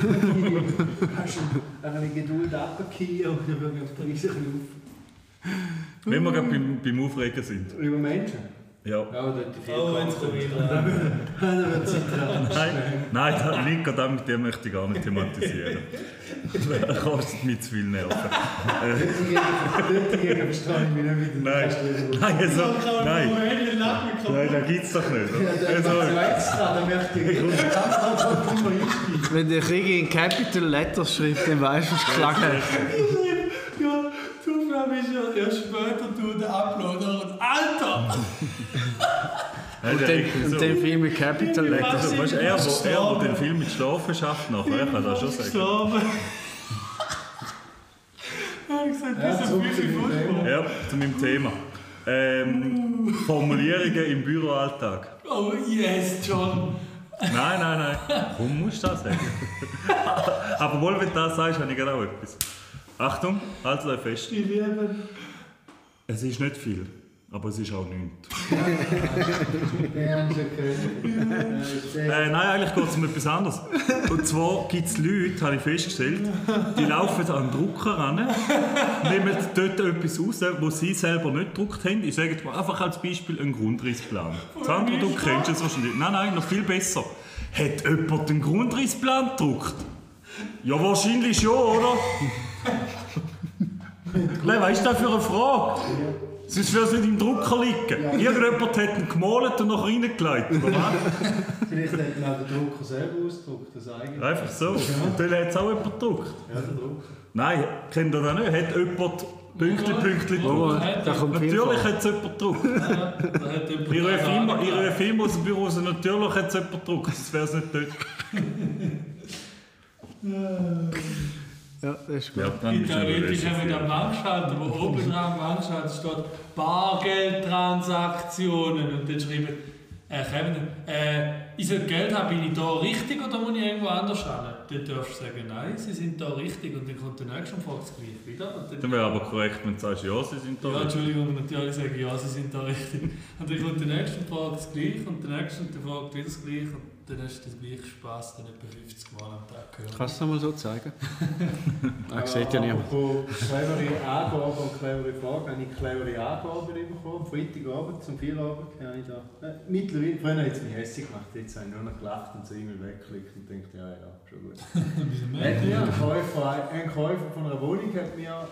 Speaker 2: Hast du
Speaker 3: [laughs]
Speaker 2: eine Geduld abgekehrt und dann würden wir auf die Reise rauf.
Speaker 5: Wenn wir gerade beim, beim Aufregen sind.
Speaker 2: Über Menschen?
Speaker 5: Ja.
Speaker 2: Ja, oder die
Speaker 4: Oh, jetzt kommt wieder.
Speaker 2: Dann wird es wieder
Speaker 5: Nein, nein, das, nicht gerade mit dem möchte ich gar nicht thematisieren.
Speaker 4: [laughs]
Speaker 5: Das kostet mich zu viel Nerven.
Speaker 2: Dötige verstehe ich mich nicht mit
Speaker 5: Nein, nein, also, nein, nein, das gibt es doch nicht. oder? Also,
Speaker 2: extra, da möchte ich ganz einfach drüber einsteigen.
Speaker 3: Wenn der Krieg in Capital Letters schreibt, dann weißt du, was geschlagen hat.
Speaker 4: Ja, die Aufnahme ist ja erst später, du den Uploader und Alter!
Speaker 5: nein,
Speaker 3: Und
Speaker 5: der regt mich
Speaker 3: dann,
Speaker 5: so
Speaker 3: und dann viel mit Capital
Speaker 5: auf.
Speaker 3: Letters.
Speaker 5: also, weißt, du, er, wo, er, der den Film mit Schlafen schafft, nachher, er kann das schon
Speaker 4: [laughs]
Speaker 5: sagen.
Speaker 4: Gestorben. Ich habe gesagt, das ist ein
Speaker 2: zurück zu
Speaker 4: bisschen
Speaker 2: dem
Speaker 4: Fußball.
Speaker 5: Ja, zu meinem Thema. Ähm, Formulierungen im Büroalltag.
Speaker 4: Oh yes, John.
Speaker 5: Nein, nein, nein. Warum musst du das sagen? [laughs] Aber wohl, wenn du das sagst, habe ich gerade auch etwas. Achtung, haltet euch fest.
Speaker 4: Die Liebe.
Speaker 5: Es ist nicht viel, aber es ist auch nichts.
Speaker 2: Wir haben schon gehört.
Speaker 5: Äh, nein, eigentlich geht es um etwas anderes. Und zwar gibt es Leute, habe ich festgestellt, die laufen an den Drucker ran, nehmen dort etwas raus, was sie selber nicht gedruckt haben. Ich sage jetzt mal einfach als Beispiel einen Grundrissplan. Sandro, du kennst es wahrscheinlich. Nein, nein, noch viel besser. Hat jemand einen Grundrissplan gedruckt? Ja, wahrscheinlich schon, oder? Nein, was ist das für eine Frage? Sonst würde es nicht im Drucker liegen. Irgendjemand hat ihn gemalt und noch reingelegt, oder was?
Speaker 2: Vielleicht hat man auch den Drucker selber ausgedruckt, das eigene.
Speaker 5: Einfach so. Und dann hat es auch jemand gedruckt.
Speaker 2: Ja, der Drucker.
Speaker 5: Nein, kennt ihr das nicht? Hat jemand Pünktli, Pünktli gedruckt?
Speaker 3: Oh, da kommt viel vor.
Speaker 5: Natürlich hat es jemand gedruckt. Ich rufe immer, ich rufe immer aus dem Büro raus, natürlich hat es jemand gedruckt, sonst wäre es nicht dort.
Speaker 3: Ja, das ist gut.
Speaker 4: Theoretisch haben wir den Bankschalter, wo oben dran am Bankschalter steht Bargeldtransaktionen und dann schreiben, äh, Kevin, äh, ich soll Geld haben, bin ich da richtig oder muss ich irgendwo anders hin? Dann darfst du sagen, nein, sie sind da richtig und dann kommt der nächste und fragt es gleich wieder. Und
Speaker 5: Dann
Speaker 4: dann,
Speaker 5: wäre aber korrekt, wenn du sagst, ja, sie sind
Speaker 4: ja,
Speaker 5: da.
Speaker 4: Entschuldigung, natürlich sage ich, ja, sie sind da richtig. Und dann kommt der nächste und fragt es gleich und der nächste und dann fragt wieder das gleiche und dann hast du den gleichen Spass, dann etwa 50 Mal am Tag gehört.
Speaker 3: Kannst du das mal so zeigen? [laughs] ah, sieht ja niemand.
Speaker 2: Apropos clevere Angaben und clevere Fragen, habe ich clevere Angaben bekommen. Am Freitagabend, zum Feierabend, habe ich da... Äh, mittlerweile, früher hat es mich hässlich gemacht, jetzt habe ich nur noch gelacht und so E-Mail weggeklickt und denkt, ja, ja, schon gut. Hat mir ein Käufer, ein Käufer von einer Wohnung hat mir,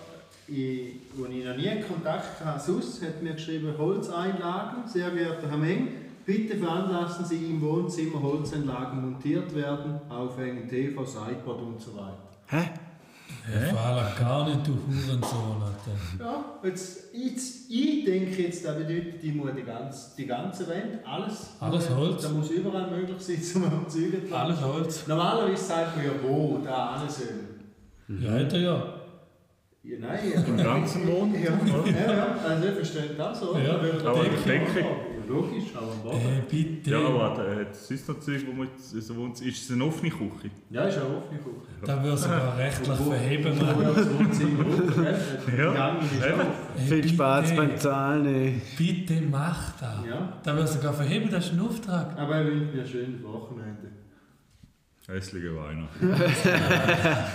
Speaker 2: in, wo ich noch nie Kontakt hatte, sus, hat mir geschrieben, Holzeinlagen, sehr geehrter Herr Meng, bitte veranlassen Sie im Wohnzimmer Holzeinlagen montiert werden, aufhängen, TV, Sideboard und so weiter.
Speaker 3: Hä?
Speaker 4: Ich fahre gar nicht, du Hurensohn, Alter.
Speaker 2: Ja, jetzt, jetzt, ich denke jetzt, das bedeutet, ich muss die ganze, die ganze Wand, alles, äh,
Speaker 4: Alles Holz.
Speaker 2: da muss überall möglich sein, [laughs] um Züge zu
Speaker 4: Alles Holz.
Speaker 2: Normalerweise sagt man ja, wo, da, alles soll.
Speaker 4: Ja, hätte ja.
Speaker 2: Ja, nein, ja.
Speaker 5: ganzen Mond?
Speaker 2: Ja, ja, ja, also ich verstehe das so.
Speaker 4: Ja,
Speaker 2: Da würde
Speaker 5: aber
Speaker 2: ich
Speaker 5: die Decke.
Speaker 2: auch haben. logisch, aber am Boden.
Speaker 4: Äh, bitte.
Speaker 5: Ja, aber er hat sonst noch Zeug, wo man jetzt so wohnt. Ist es eine offene Küche?
Speaker 2: Ja, ist auch offen geguckt.
Speaker 4: Da würde sogar rechtlich
Speaker 2: Obwohl-
Speaker 4: verheben.
Speaker 2: Obwohl
Speaker 4: man.
Speaker 2: ja das Wohnzimmer offen ist. gell? Der
Speaker 5: Ja.
Speaker 2: Gang ist
Speaker 5: Eben.
Speaker 2: offen.
Speaker 4: Ey,
Speaker 3: Viel Spaß
Speaker 4: Äh, bitte,
Speaker 3: beim Zahlen.
Speaker 4: Bitte mach das.
Speaker 2: Ja.
Speaker 4: Da würde sogar verheben, das ist ein Auftrag.
Speaker 2: Aber er wünscht mir ein schönes Wochenende.
Speaker 5: Hässliche Weihnachten.
Speaker 2: Ja,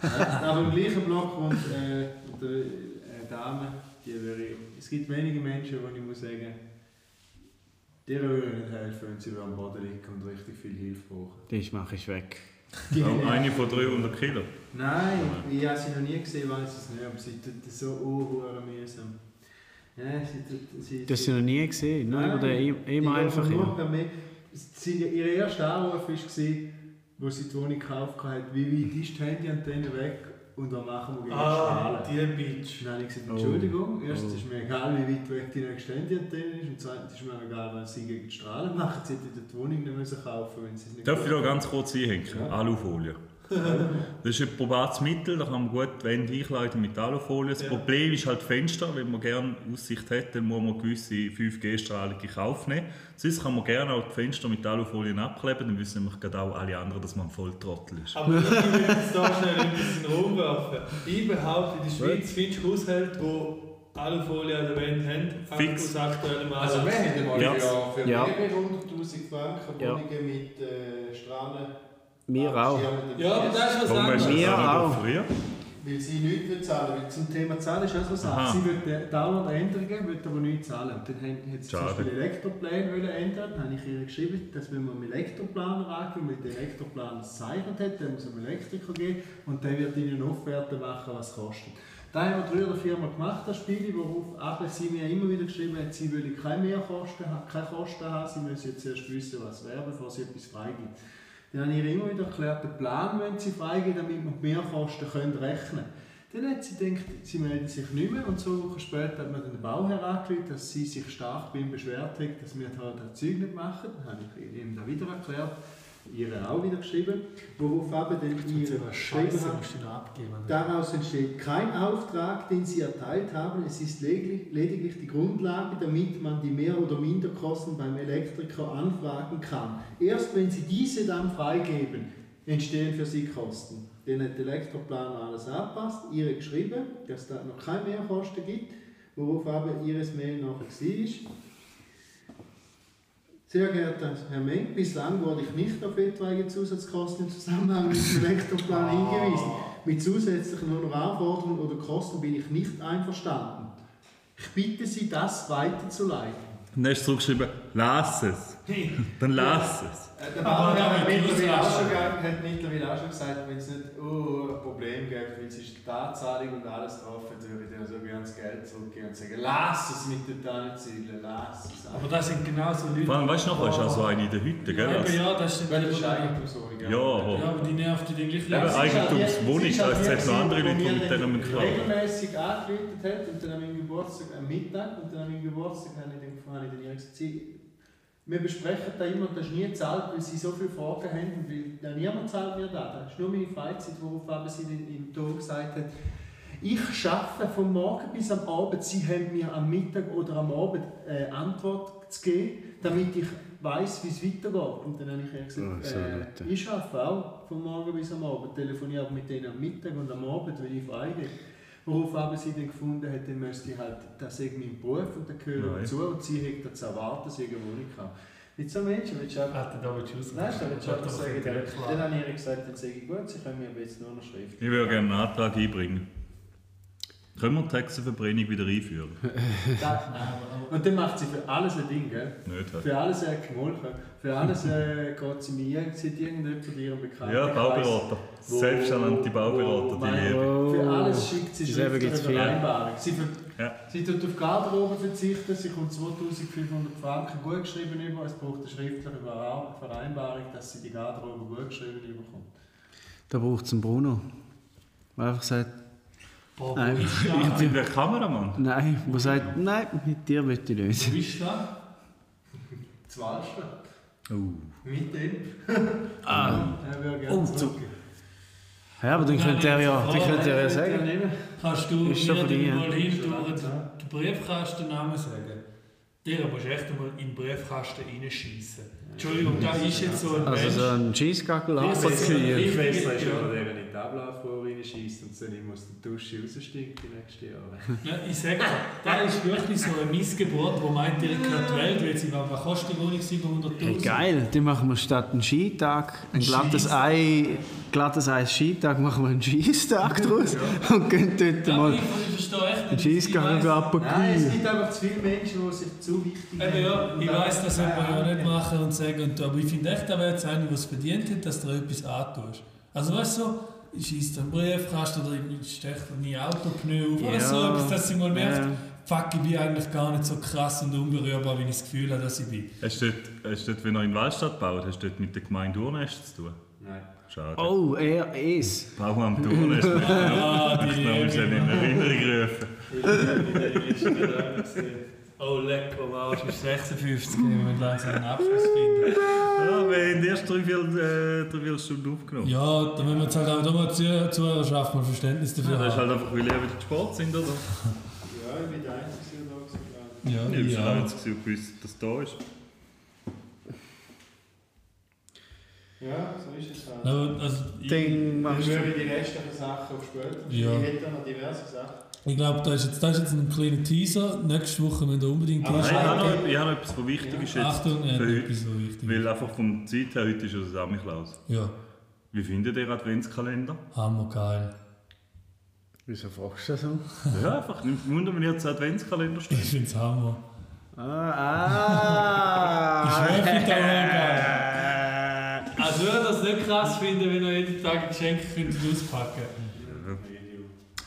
Speaker 2: Äh, aber im gleichen Block wohnt äh, eine Dame, die wäre ich. Es gibt wenige Menschen, wo ich muss sagen, die würden nicht helfen, wenn sie am Boden liegen und richtig viel Hilfe
Speaker 3: [laughs]
Speaker 2: brauchen.
Speaker 3: Das mache ich weg.
Speaker 5: Auch eine von 300 Kilo.
Speaker 2: Nein, ich habe sie noch nie gesehen, weiß es nicht, aber sie tut das so unhöher mühsam. Ja, sie tut, sie,
Speaker 3: Das hast du noch nie gesehen. ne? Nur
Speaker 2: Nein.
Speaker 3: über den
Speaker 2: Ich
Speaker 3: immer
Speaker 2: glaube,
Speaker 3: eh einfach
Speaker 2: nur
Speaker 3: hin.
Speaker 2: per Mail. Sie, ihr erster Anruf war, wo sie die Wohnung gekauft hat, wie weit ist die Handyantenne weg und dann machen wir gehen
Speaker 4: Ah,
Speaker 2: strahlen.
Speaker 4: die Bitch.
Speaker 2: Dann habe ich gesagt,
Speaker 3: Oh.
Speaker 2: Entschuldigung, erstens
Speaker 3: Oh.
Speaker 2: ist mir egal, wie weit weg die nächste Handyantenne ist und zweitens ist mir egal, was sie gegen die Strahlen machen. Sie hätten die Wohnung nicht müssen kaufen wenn sie es nicht
Speaker 5: Darf ich da
Speaker 2: gemacht
Speaker 5: ganz kurz einhängen?
Speaker 2: Ja.
Speaker 5: Alufolie. Das ist ein probates Mittel, da kann man gut die Wände einkleiden mit Alufolie. Das
Speaker 2: Ja.
Speaker 5: Problem ist halt Fenster, wenn man gerne Aussicht hat, dann muss man gewisse 5G-Strahlung in Kauf nehmen. Sonst kann man gerne auch die Fenster mit Alufolien abkleben, dann wissen nämlich gerade auch alle anderen, dass man ein Volltrottel ist. [laughs]
Speaker 6: Aber ich will jetzt da schnell ein bisschen rumwerfen. Ich behaupte, in der Schweiz findest du Haushalte, die Alufolie an der Wand haben,
Speaker 5: Fix.
Speaker 6: aus aktuellem
Speaker 2: haben. Also wir
Speaker 6: Anlass.
Speaker 2: haben mal
Speaker 5: Ja.
Speaker 2: ja. für
Speaker 3: Ja.
Speaker 2: mehrere hunderttausend Franken
Speaker 3: Ja.
Speaker 2: Wohnungen mit äh, Strahlen. Ah,
Speaker 3: Wir auch.
Speaker 2: abgeschirmt.
Speaker 6: Ja, aber das ist was
Speaker 5: Warum hast du das
Speaker 3: Wir
Speaker 5: auch
Speaker 3: auch.
Speaker 5: nicht früher?
Speaker 2: Weil sie nichts will zahlen weil Zum Thema Zahlen ist auch so
Speaker 5: Aha.
Speaker 2: Sache. Sie will dauernd Änderungen, will aber nichts zahlen. Und dann haben- hat sie zum
Speaker 5: Schade.
Speaker 2: Beispiel Elektropläne wollen ändern Dann habe ich ihr geschrieben, dass wenn man einen Elektroplaner angehen, mit dem Elektroplan gezeichnet hat, dann muss man Elektriker gehen und der wird ihnen eine Offerte machen, was es kostet. Da haben wir drei oder viermal gemacht, das Spiel, worauf aber sie mir immer wieder geschrieben hat, sie wolle keine Mehrkosten, ha- keine Kosten haben, sie müssen jetzt erst wissen, was es wäre, bevor sie etwas freigibt. Dann habe ich ihr immer wieder erklärt, den Plan müssen sie freigeben, damit wir die Mehrkosten können rechnen können. Dann hat sie gedacht, sie melden sich nicht mehr und zwei Wochen später hat man den Bauherr angerufen, dass sie sich stark bei ihm beschwert hat, dass wir da das Zeug nicht machen. Dann habe ich ihm das wieder erklärt, ihr auch wieder geschrieben, worauf aber dann ihr geschrieben
Speaker 4: Scheiße,
Speaker 2: hat,
Speaker 4: musst du noch abgeben.
Speaker 2: Daraus entsteht kein Auftrag, den Sie erteilt haben. Es ist lediglich, lediglich die Grundlage, damit man die Mehr- oder Minderkosten beim Elektriker anfragen kann. Erst wenn Sie diese dann freigeben, entstehen für Sie Kosten. Den hat der Elektroplaner alles angepasst, Ihre geschrieben, dass da noch keine Mehrkosten gibt, worauf aber Ihres Mail nachher war. Sehr geehrter Herr Meng, bislang wurde ich nicht auf etwaige Zusatzkosten im Zusammenhang mit dem
Speaker 4: Ah.
Speaker 2: Elektromodell hingewiesen. Mit zusätzlichen Honorarforderungen oder Kosten bin ich nicht einverstanden. Ich bitte Sie, das weiterzuleiten.
Speaker 5: Dann hast du zurückgeschrieben, lass es. Dann lass es.
Speaker 2: Äh, Der
Speaker 4: Aber
Speaker 2: Bauherr
Speaker 4: damit
Speaker 2: hat mittlerweile, auch
Speaker 4: Kilometer.
Speaker 2: schon, ge- hat mittlerweile auch schon gesagt, wenn es nicht oh, ein Problem gibt, weil es ist Tatzahlung und alles drauf, dann würde ich dir so gerne das Geld zurückgeben und sagen, lass es mit den Tannenziegeln, lass es.
Speaker 4: Aber das sind genau so Leute.
Speaker 5: Vor allem, weißt du noch, hast du auch so eine in der Hütte, gell?
Speaker 4: Eben,
Speaker 5: Als-
Speaker 4: ja, das sind
Speaker 2: Wenn
Speaker 4: die,
Speaker 2: das
Speaker 4: die-
Speaker 2: ist Eigentumswohnung.
Speaker 5: Ja,
Speaker 4: Ja,
Speaker 5: aber-
Speaker 4: aber die nervt die dann gleich
Speaker 5: Eben,
Speaker 4: wieder.
Speaker 5: Eigentumswohnung ist, als hätten noch andere Leute, die mit denen
Speaker 2: mit
Speaker 5: mitklagen.
Speaker 2: regelmäßig angerufen hat und dann an meinem Geburtstag, am Mittag und dann an meinem Geburtstag habe ich dann habe ich dann ihr gesagt, sie- wir besprechen da immer, und das ist nie gezahlt, weil sie so viele Fragen haben und weil da niemand zahlt mir da. Das ist nur meine Freizeit, worauf aber sie dann im Ton gesagt hat, ich arbeite von morgen bis am Abend, sie haben mir am Mittag oder am Abend eine Antwort zu geben, damit ich weiß, wie es weitergeht. Und dann habe ich ihr
Speaker 3: Ah, so
Speaker 2: gesagt,
Speaker 3: Leute.
Speaker 2: äh, ich arbeite auch von morgen bis am Abend, telefoniere aber mit denen am Mittag und am Abend, wenn ich frei habe. Worauf aber sie dann gefunden hat, dann müsste ich halt, das ist mein Beruf und dann gehöre
Speaker 5: Nein.
Speaker 2: ich zu und sie hätte das erwartet, dass ich eine Wohnung habe. Mit so einem Menschen willst du auch...
Speaker 4: Alter, da willst du raus.
Speaker 2: Nein, dann willst du auch
Speaker 4: Da
Speaker 2: das
Speaker 4: willst
Speaker 2: sagen.
Speaker 4: du
Speaker 2: Dann
Speaker 4: wegschlagen.
Speaker 2: habe ich ihr gesagt, dann sage ich, gut, sie können mir aber jetzt nur noch schreiben.
Speaker 5: Ich würde gerne einen Antrag einbringen. Können wir die Hexenverbrennung wieder einführen?
Speaker 2: Da- Und dann macht sie für alles ein Ding, gell?
Speaker 5: Nicht halt.
Speaker 2: Für alles äh, gemolken. Für alles äh, geht sie mir, sieht irgendjemand von ihrem Bekannten.
Speaker 5: Ja, Bauberater.
Speaker 2: Wo-
Speaker 5: Selbsternannte
Speaker 2: wo-
Speaker 5: Bauberater, die
Speaker 2: mein-
Speaker 5: [laughs] Liebe.
Speaker 3: Oh.
Speaker 2: Für alles schickt sie
Speaker 3: Die selber
Speaker 2: Schriften
Speaker 3: gibt's viel.
Speaker 2: Vereinbarung. Sie, ver
Speaker 5: Ja.
Speaker 2: sie tut auf Garderobe verzichten, sie kommt 2500 Franken gut geschrieben über. Es braucht eine schriftliche Vera- Vereinbarung, dass sie die Garderobe gut geschrieben überkommt.
Speaker 3: Da braucht es einen Bruno. Der einfach sagt,
Speaker 4: Boah, wo
Speaker 3: Nein.
Speaker 4: ist
Speaker 5: Ich
Speaker 4: das?
Speaker 5: bin der Kameramann.
Speaker 3: nein. Der sagt, nein, mit dir möchte ich nicht.
Speaker 4: Wo ist das?
Speaker 2: Das Walschen.
Speaker 5: Uh.
Speaker 2: Mit dem. [laughs]
Speaker 3: Ah.
Speaker 2: Er würde gerne
Speaker 3: Oh, zu-
Speaker 2: zurückgehen.
Speaker 3: Ja, aber dann
Speaker 4: Nein,
Speaker 3: könnte er ja,
Speaker 4: nein,
Speaker 3: dann könnte er ja
Speaker 2: Nein,
Speaker 3: sagen.
Speaker 2: nehmen.
Speaker 4: Kannst du mir
Speaker 3: Ist schon von
Speaker 4: den
Speaker 3: dir.
Speaker 4: mal hin
Speaker 2: Schon
Speaker 4: durch
Speaker 2: lange da.
Speaker 4: den Briefkastennamen sagen? Dir musst du echt einmal in den Briefkasten reinschießen. Entschuldigung, da ist jetzt so ein
Speaker 3: Also
Speaker 4: Mensch.
Speaker 3: so ein Cheesegackel
Speaker 4: Ja, Ah,
Speaker 2: Also
Speaker 4: das ist
Speaker 3: Aferkühe.
Speaker 4: richtig.
Speaker 2: Ich weiß, dass
Speaker 4: Ja.
Speaker 2: man eben in die Ablaufrohr reinschießt und dann immer aus der Dusche rausstinkt die nächsten Jahre.
Speaker 4: [laughs] Ja, ich sage, das ist wirklich so eine Missgeburt, wo meint, ihr gehört die Welt, weil sie was kostet die Wohnung 700.000?
Speaker 3: Hey, geil, dann machen wir statt einen Skitag, ein glattes
Speaker 4: Skis-
Speaker 3: Ei, glattes Eis Skitag, machen wir einen [laughs] Skistag draus und gehen dort
Speaker 4: Ja,
Speaker 3: mal
Speaker 4: ich, ich verstehe echt
Speaker 3: einen
Speaker 4: nicht. Ich weiss-
Speaker 3: Skisgackel
Speaker 2: Nein, es
Speaker 3: Aperkühe.
Speaker 2: gibt einfach zu viele Menschen, die sich zu wichtig
Speaker 4: Eben ja,
Speaker 2: nehmen.
Speaker 4: ich weiss, das sollte man ja
Speaker 2: Nein,
Speaker 4: nicht machen und sagen, und, aber ich finde echt, da wäre jetzt einer, der es verdient hat, dass du dir etwas antust. Also weißt du, so, schießt einen Briefkasten oder stecht nie Autopneu auf
Speaker 3: Ja.
Speaker 4: oder so, etwas, dass sie mal merkt,
Speaker 3: Ja.
Speaker 4: fuck, ich bin eigentlich gar nicht so krass und unberührbar, wie ich das Gefühl habe, dass ich bin.
Speaker 5: Hast du dort, hast du dort wenn ihr in Wallstadt baut, hast du dort mit der Gemeinde Urnest zu tun?
Speaker 2: Nein.
Speaker 5: Schade.
Speaker 3: Oh, er ist.
Speaker 5: Bauamt Urnest, [laughs] möchte ich noch-
Speaker 4: Ah,
Speaker 5: möchte ich noch mal schnell in Erinnerung rufen.
Speaker 2: Ich bin in den letzten Jahren gesehen.
Speaker 4: Oh, lecker, wow, es ist 56, wir müssen langsam einen Abschluss finden.
Speaker 5: Ja, wir haben erst drei, vier, äh, drei, vier Stunden aufgenommen.
Speaker 4: Ja, da müssen wir jetzt halt auch da mal Zuh- Zuhörerschaft mal Verständnis dafür
Speaker 5: Das ist
Speaker 4: haben.
Speaker 5: halt einfach, weil ihr wieder Sport sind, oder?
Speaker 2: Ja, ich bin der Einzige, der da war.
Speaker 4: Ja,
Speaker 5: Ich habe schon
Speaker 4: ja.
Speaker 5: lange jetzt gesehen, gewusst, dass da ist.
Speaker 2: Ja, so ist es halt.
Speaker 4: Also, also, ich-
Speaker 2: Dann
Speaker 3: Ding, machst
Speaker 2: würde
Speaker 3: du.
Speaker 2: ich die restlichen Sachen auf später.
Speaker 4: Ja.
Speaker 2: Ich hätte noch diverse Sachen.
Speaker 4: Ich glaube, das, ist jetzt- das ist jetzt ein kleiner Teaser. Nächste Woche müssen wir unbedingt
Speaker 2: Aber
Speaker 5: Ah, Nein, ich habe
Speaker 4: einschalten.
Speaker 5: noch, ich habe noch etwas, was wichtig ist jetzt
Speaker 4: Achtung, ja,
Speaker 5: für heute.
Speaker 4: etwas so wichtig.
Speaker 5: Weil einfach vom Zeit her, heute ist ja der Samichlaus.
Speaker 4: Ja,
Speaker 5: Wie findet ihr Adventskalender?
Speaker 4: hammer geil. [laughs]
Speaker 3: Wieso fragst du das so?
Speaker 5: Ja, einfach, nimmt Wunder, wenn ihr jetzt Adventskalender steht.
Speaker 4: Ich find's hammer.
Speaker 3: [laughs]
Speaker 4: Ich
Speaker 3: Ah, ah.
Speaker 4: schwöre, ich find das hammer geil.
Speaker 3: Äh,
Speaker 4: Also würde das nicht krass finden, wenn ihr jeden Tag ein Geschenk könntet auspacken.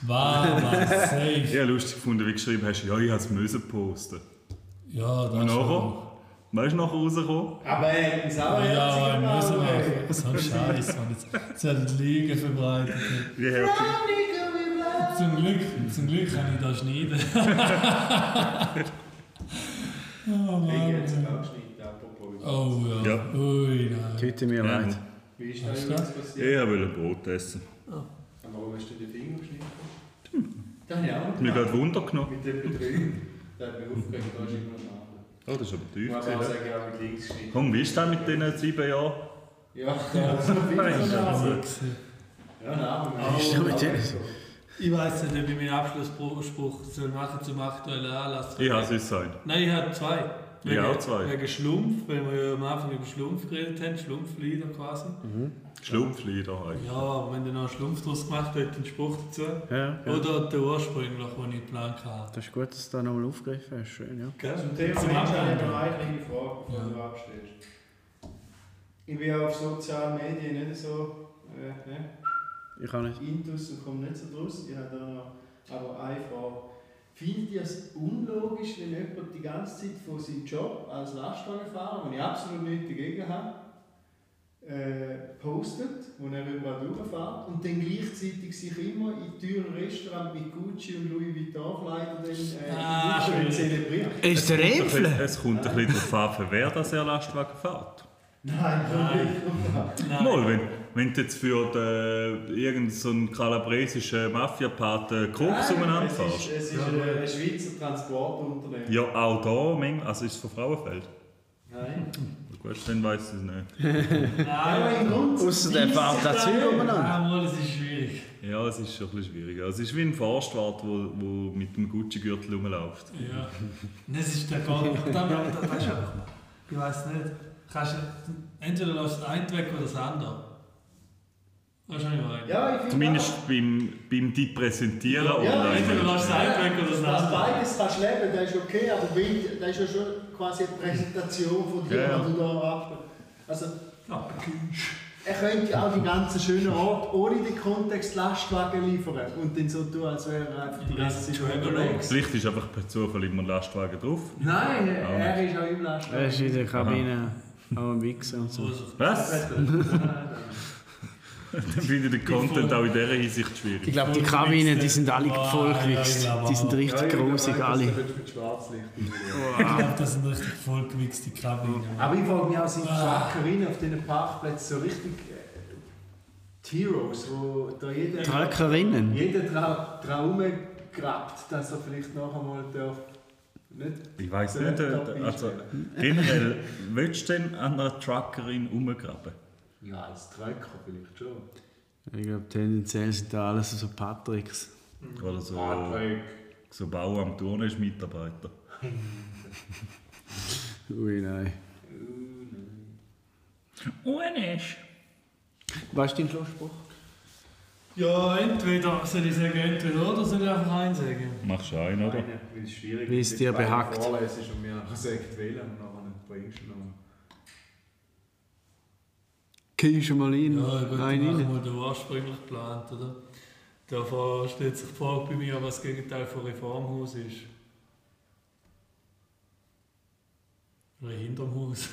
Speaker 4: Wow, Mann,
Speaker 5: Ich
Speaker 4: safe.
Speaker 5: habe lustig gefunden, wie du geschrieben hast, ja, ich habe es müssen posten.
Speaker 4: Ja, das
Speaker 5: Und
Speaker 4: schon.
Speaker 5: nachher? Weißt du, nachher rausgekommen?
Speaker 2: Aber er hat uns auch
Speaker 4: Ja,
Speaker 2: herzlich
Speaker 4: wir müssen
Speaker 2: eingeladen.
Speaker 4: machen. So ein Scheiß, Mann. Jetzt, jetzt werden Lügen verbreitet.
Speaker 5: Wie herzig.
Speaker 4: Zum Glück, zum Glück kann ich da schneiden. oh,
Speaker 2: Ich hätte
Speaker 4: Mann.
Speaker 2: es auch geschnitten, apropos.
Speaker 4: Oh ja.
Speaker 5: Ja.
Speaker 4: Ui, nein.
Speaker 3: Tut mir
Speaker 5: Ja.
Speaker 3: leid.
Speaker 2: Wie ist
Speaker 4: Weißt
Speaker 2: das
Speaker 4: du?
Speaker 2: übrigens passiert?
Speaker 5: Ich wollte Brot essen.
Speaker 2: Und Warum hast du den Finger geschnitten?
Speaker 4: Hm.
Speaker 2: Das habe ich auch
Speaker 5: Mir
Speaker 2: gemacht.
Speaker 5: gerade Wunder genommen.
Speaker 2: Mit dem Betrügen. Da hat mich aufgeregt, da ist immer noch andere.
Speaker 5: Oh, das ist aber
Speaker 2: Ich
Speaker 5: tief.
Speaker 2: muss auch
Speaker 5: gewesen.
Speaker 2: sagen, ich habe mit links geschnitten.
Speaker 5: Komm, wie ist das mit diesen sieben Jahren?
Speaker 2: Ja, [laughs] da ist noch viel
Speaker 5: Nein,
Speaker 2: zu
Speaker 5: also-
Speaker 2: Ja, nein,
Speaker 4: Was ist da mit
Speaker 2: aber-
Speaker 4: Ich weiß nicht, ob ich meinen Abschlussspruch soll machen zum aktuellen Anlass.
Speaker 5: Ich habe es uns gesagt.
Speaker 4: Nein, ich habe zwei.
Speaker 5: Ich auch zwei.
Speaker 4: Wegen Schlumpf, weil wir ja am Anfang über Schlumpf geredet haben, Schlumpflieder quasi.
Speaker 5: Schlumpflieder eigentlich.
Speaker 4: Ja, und wenn du noch einen Schlumpf draus gemacht hättest, einen Spruch dazu.
Speaker 3: Ja, ja.
Speaker 4: Oder der ursprünglich, den ich geplant hatte.
Speaker 3: Das ist gut, dass du da nochmal aufgegriffen hast. Schön, ja.
Speaker 4: Gell?
Speaker 2: Zum Thema
Speaker 4: Zum
Speaker 2: Menschen habe ich
Speaker 4: Abschluss.
Speaker 2: noch eine kleine Frage, bevor
Speaker 4: Ja.
Speaker 2: du abstehst. Ich bin auf sozialen Medien nicht so äh, ne?
Speaker 3: Ich kann nicht.
Speaker 2: intus und komme nicht so draus. Ich habe da noch aber eine Frage. Findet ihr es unlogisch, wenn jemand die ganze Zeit von seinem Job als Lastwagenfahrer, wo ich absolut nichts dagegen habe, äh, postet, wo er überall durchfährt und dann gleichzeitig sich immer in teuren Restaurants mit Gucci und Louis Vuitton-Kleidern äh,
Speaker 4: Ah,
Speaker 2: schön zelebriert?
Speaker 3: Ist der
Speaker 5: Es kommt ein bisschen-
Speaker 3: Rämpfle?
Speaker 5: Es kommt ein bisschen darauf an, für wer das er Lastwagen fährt.
Speaker 2: Nein, wirklich.
Speaker 5: Mal, wenn, wenn du jetzt für den, irgend so einen kalabresischen Mafiapaten Koks umeinander
Speaker 2: Es Ah, ist,
Speaker 5: fährst.
Speaker 2: es ist ein, ein Schweizer Transportunternehmen.
Speaker 5: Ja, auch da, manchmal- also ist es von Frauenfeld.
Speaker 2: Nein.
Speaker 5: Gut, dann weiss ich es nicht.
Speaker 4: Nein,
Speaker 2: im Grund.
Speaker 3: Ausser der fährt da Züge umeinander.
Speaker 4: einmal, es ist schwierig.
Speaker 5: Ja, es ist schon ein bisschen schwieriger. Also Es ist wie ein Fahrstwart, wo, wo mit dem Gucci-Gürtel rumläuft.
Speaker 4: Ja. Das ist der Gang. Da, da, da, da ist einfach, ich weiß nicht. Kannst, du- entweder läufst du einen weg oder das andere. Weißt du, was ich meine?
Speaker 2: Ja, ich finde
Speaker 5: Zumindest beim, beim die präsentieren
Speaker 4: Ja, entweder
Speaker 5: online.
Speaker 4: läufst du einen weg oder das
Speaker 2: Dass
Speaker 4: andere.
Speaker 2: beides kannst du leben, das ist okay, aber Bild, das ist ja schon quasi eine Präsentation von dir,
Speaker 5: Ja, ja.
Speaker 2: die du da abstellst. Also,
Speaker 4: Ja.
Speaker 2: er könnte auch die ganzen schönen Orte ohne den Kontext Lastwagen liefern und dann so tun, als wäre er einfach die ganze Zeit unterwegs.
Speaker 5: Vielleicht ist einfach per Zufall immer ein Lastwagen drauf.
Speaker 2: Nein, er ist auch im
Speaker 3: Er
Speaker 2: Lastwagen.
Speaker 3: ist in der Kabine am Wichsen und
Speaker 4: So
Speaker 3: so.
Speaker 4: ist es.
Speaker 5: Was? Dann finde ich den Content auch in dieser Hinsicht
Speaker 3: Ich
Speaker 5: schwierig.
Speaker 3: glaube, die Kabinen, die sind alle
Speaker 4: Ah,
Speaker 3: vollgewichst.
Speaker 4: ja, ich glaub
Speaker 3: Die sind
Speaker 4: auch.
Speaker 3: richtig grusig, alle.
Speaker 4: Ich glaube, Ah, das sind richtig vollgewichste Krabben.
Speaker 2: [laughs] Aber ich frage mich auch, sind die
Speaker 4: Ah.
Speaker 2: Schwackerin auf diesen Parkplätzen so richtig äh, die Heroes, wo da jeder
Speaker 3: Trackerinnen.
Speaker 2: jeder Traum grabt, dass er vielleicht noch einmal darf Nicht?
Speaker 5: Ich weiß
Speaker 2: Ja,
Speaker 5: nicht, äh,
Speaker 2: doch, ich
Speaker 5: also
Speaker 2: stelle.
Speaker 5: generell, willst du denn an einer Truckerin rumgraben?
Speaker 2: Ja, als Tracker vielleicht schon.
Speaker 3: Ich glaube, tendenziell sind da alles so Patricks.
Speaker 5: Oder so,
Speaker 2: Patrick.
Speaker 5: so Bau am Turnen ist Mitarbeiter.
Speaker 3: Ui, nein.
Speaker 2: Oh nein.
Speaker 5: Unisch!
Speaker 3: Was ist dein Schlussspruch?
Speaker 4: Ja, entweder soll ich sagen, entweder oder soll ich einfach eins sagen.
Speaker 5: Machst du einen, oder?
Speaker 2: Eine, weil es schwierig
Speaker 3: Wie es dir
Speaker 2: wenn du
Speaker 3: behagt.
Speaker 2: vorlesest und mir einfach sagt, wählen und nachher nicht bringst. du noch.
Speaker 3: Gehst du mal rein?
Speaker 4: Ja, gut,
Speaker 3: Nein,
Speaker 4: dann machen
Speaker 3: rein.
Speaker 4: wir den ursprünglich geplant, oder? Davon stellt sich die Frage bei mir, was das Gegenteil von Reformhaus ist. Oder hinterm Haus.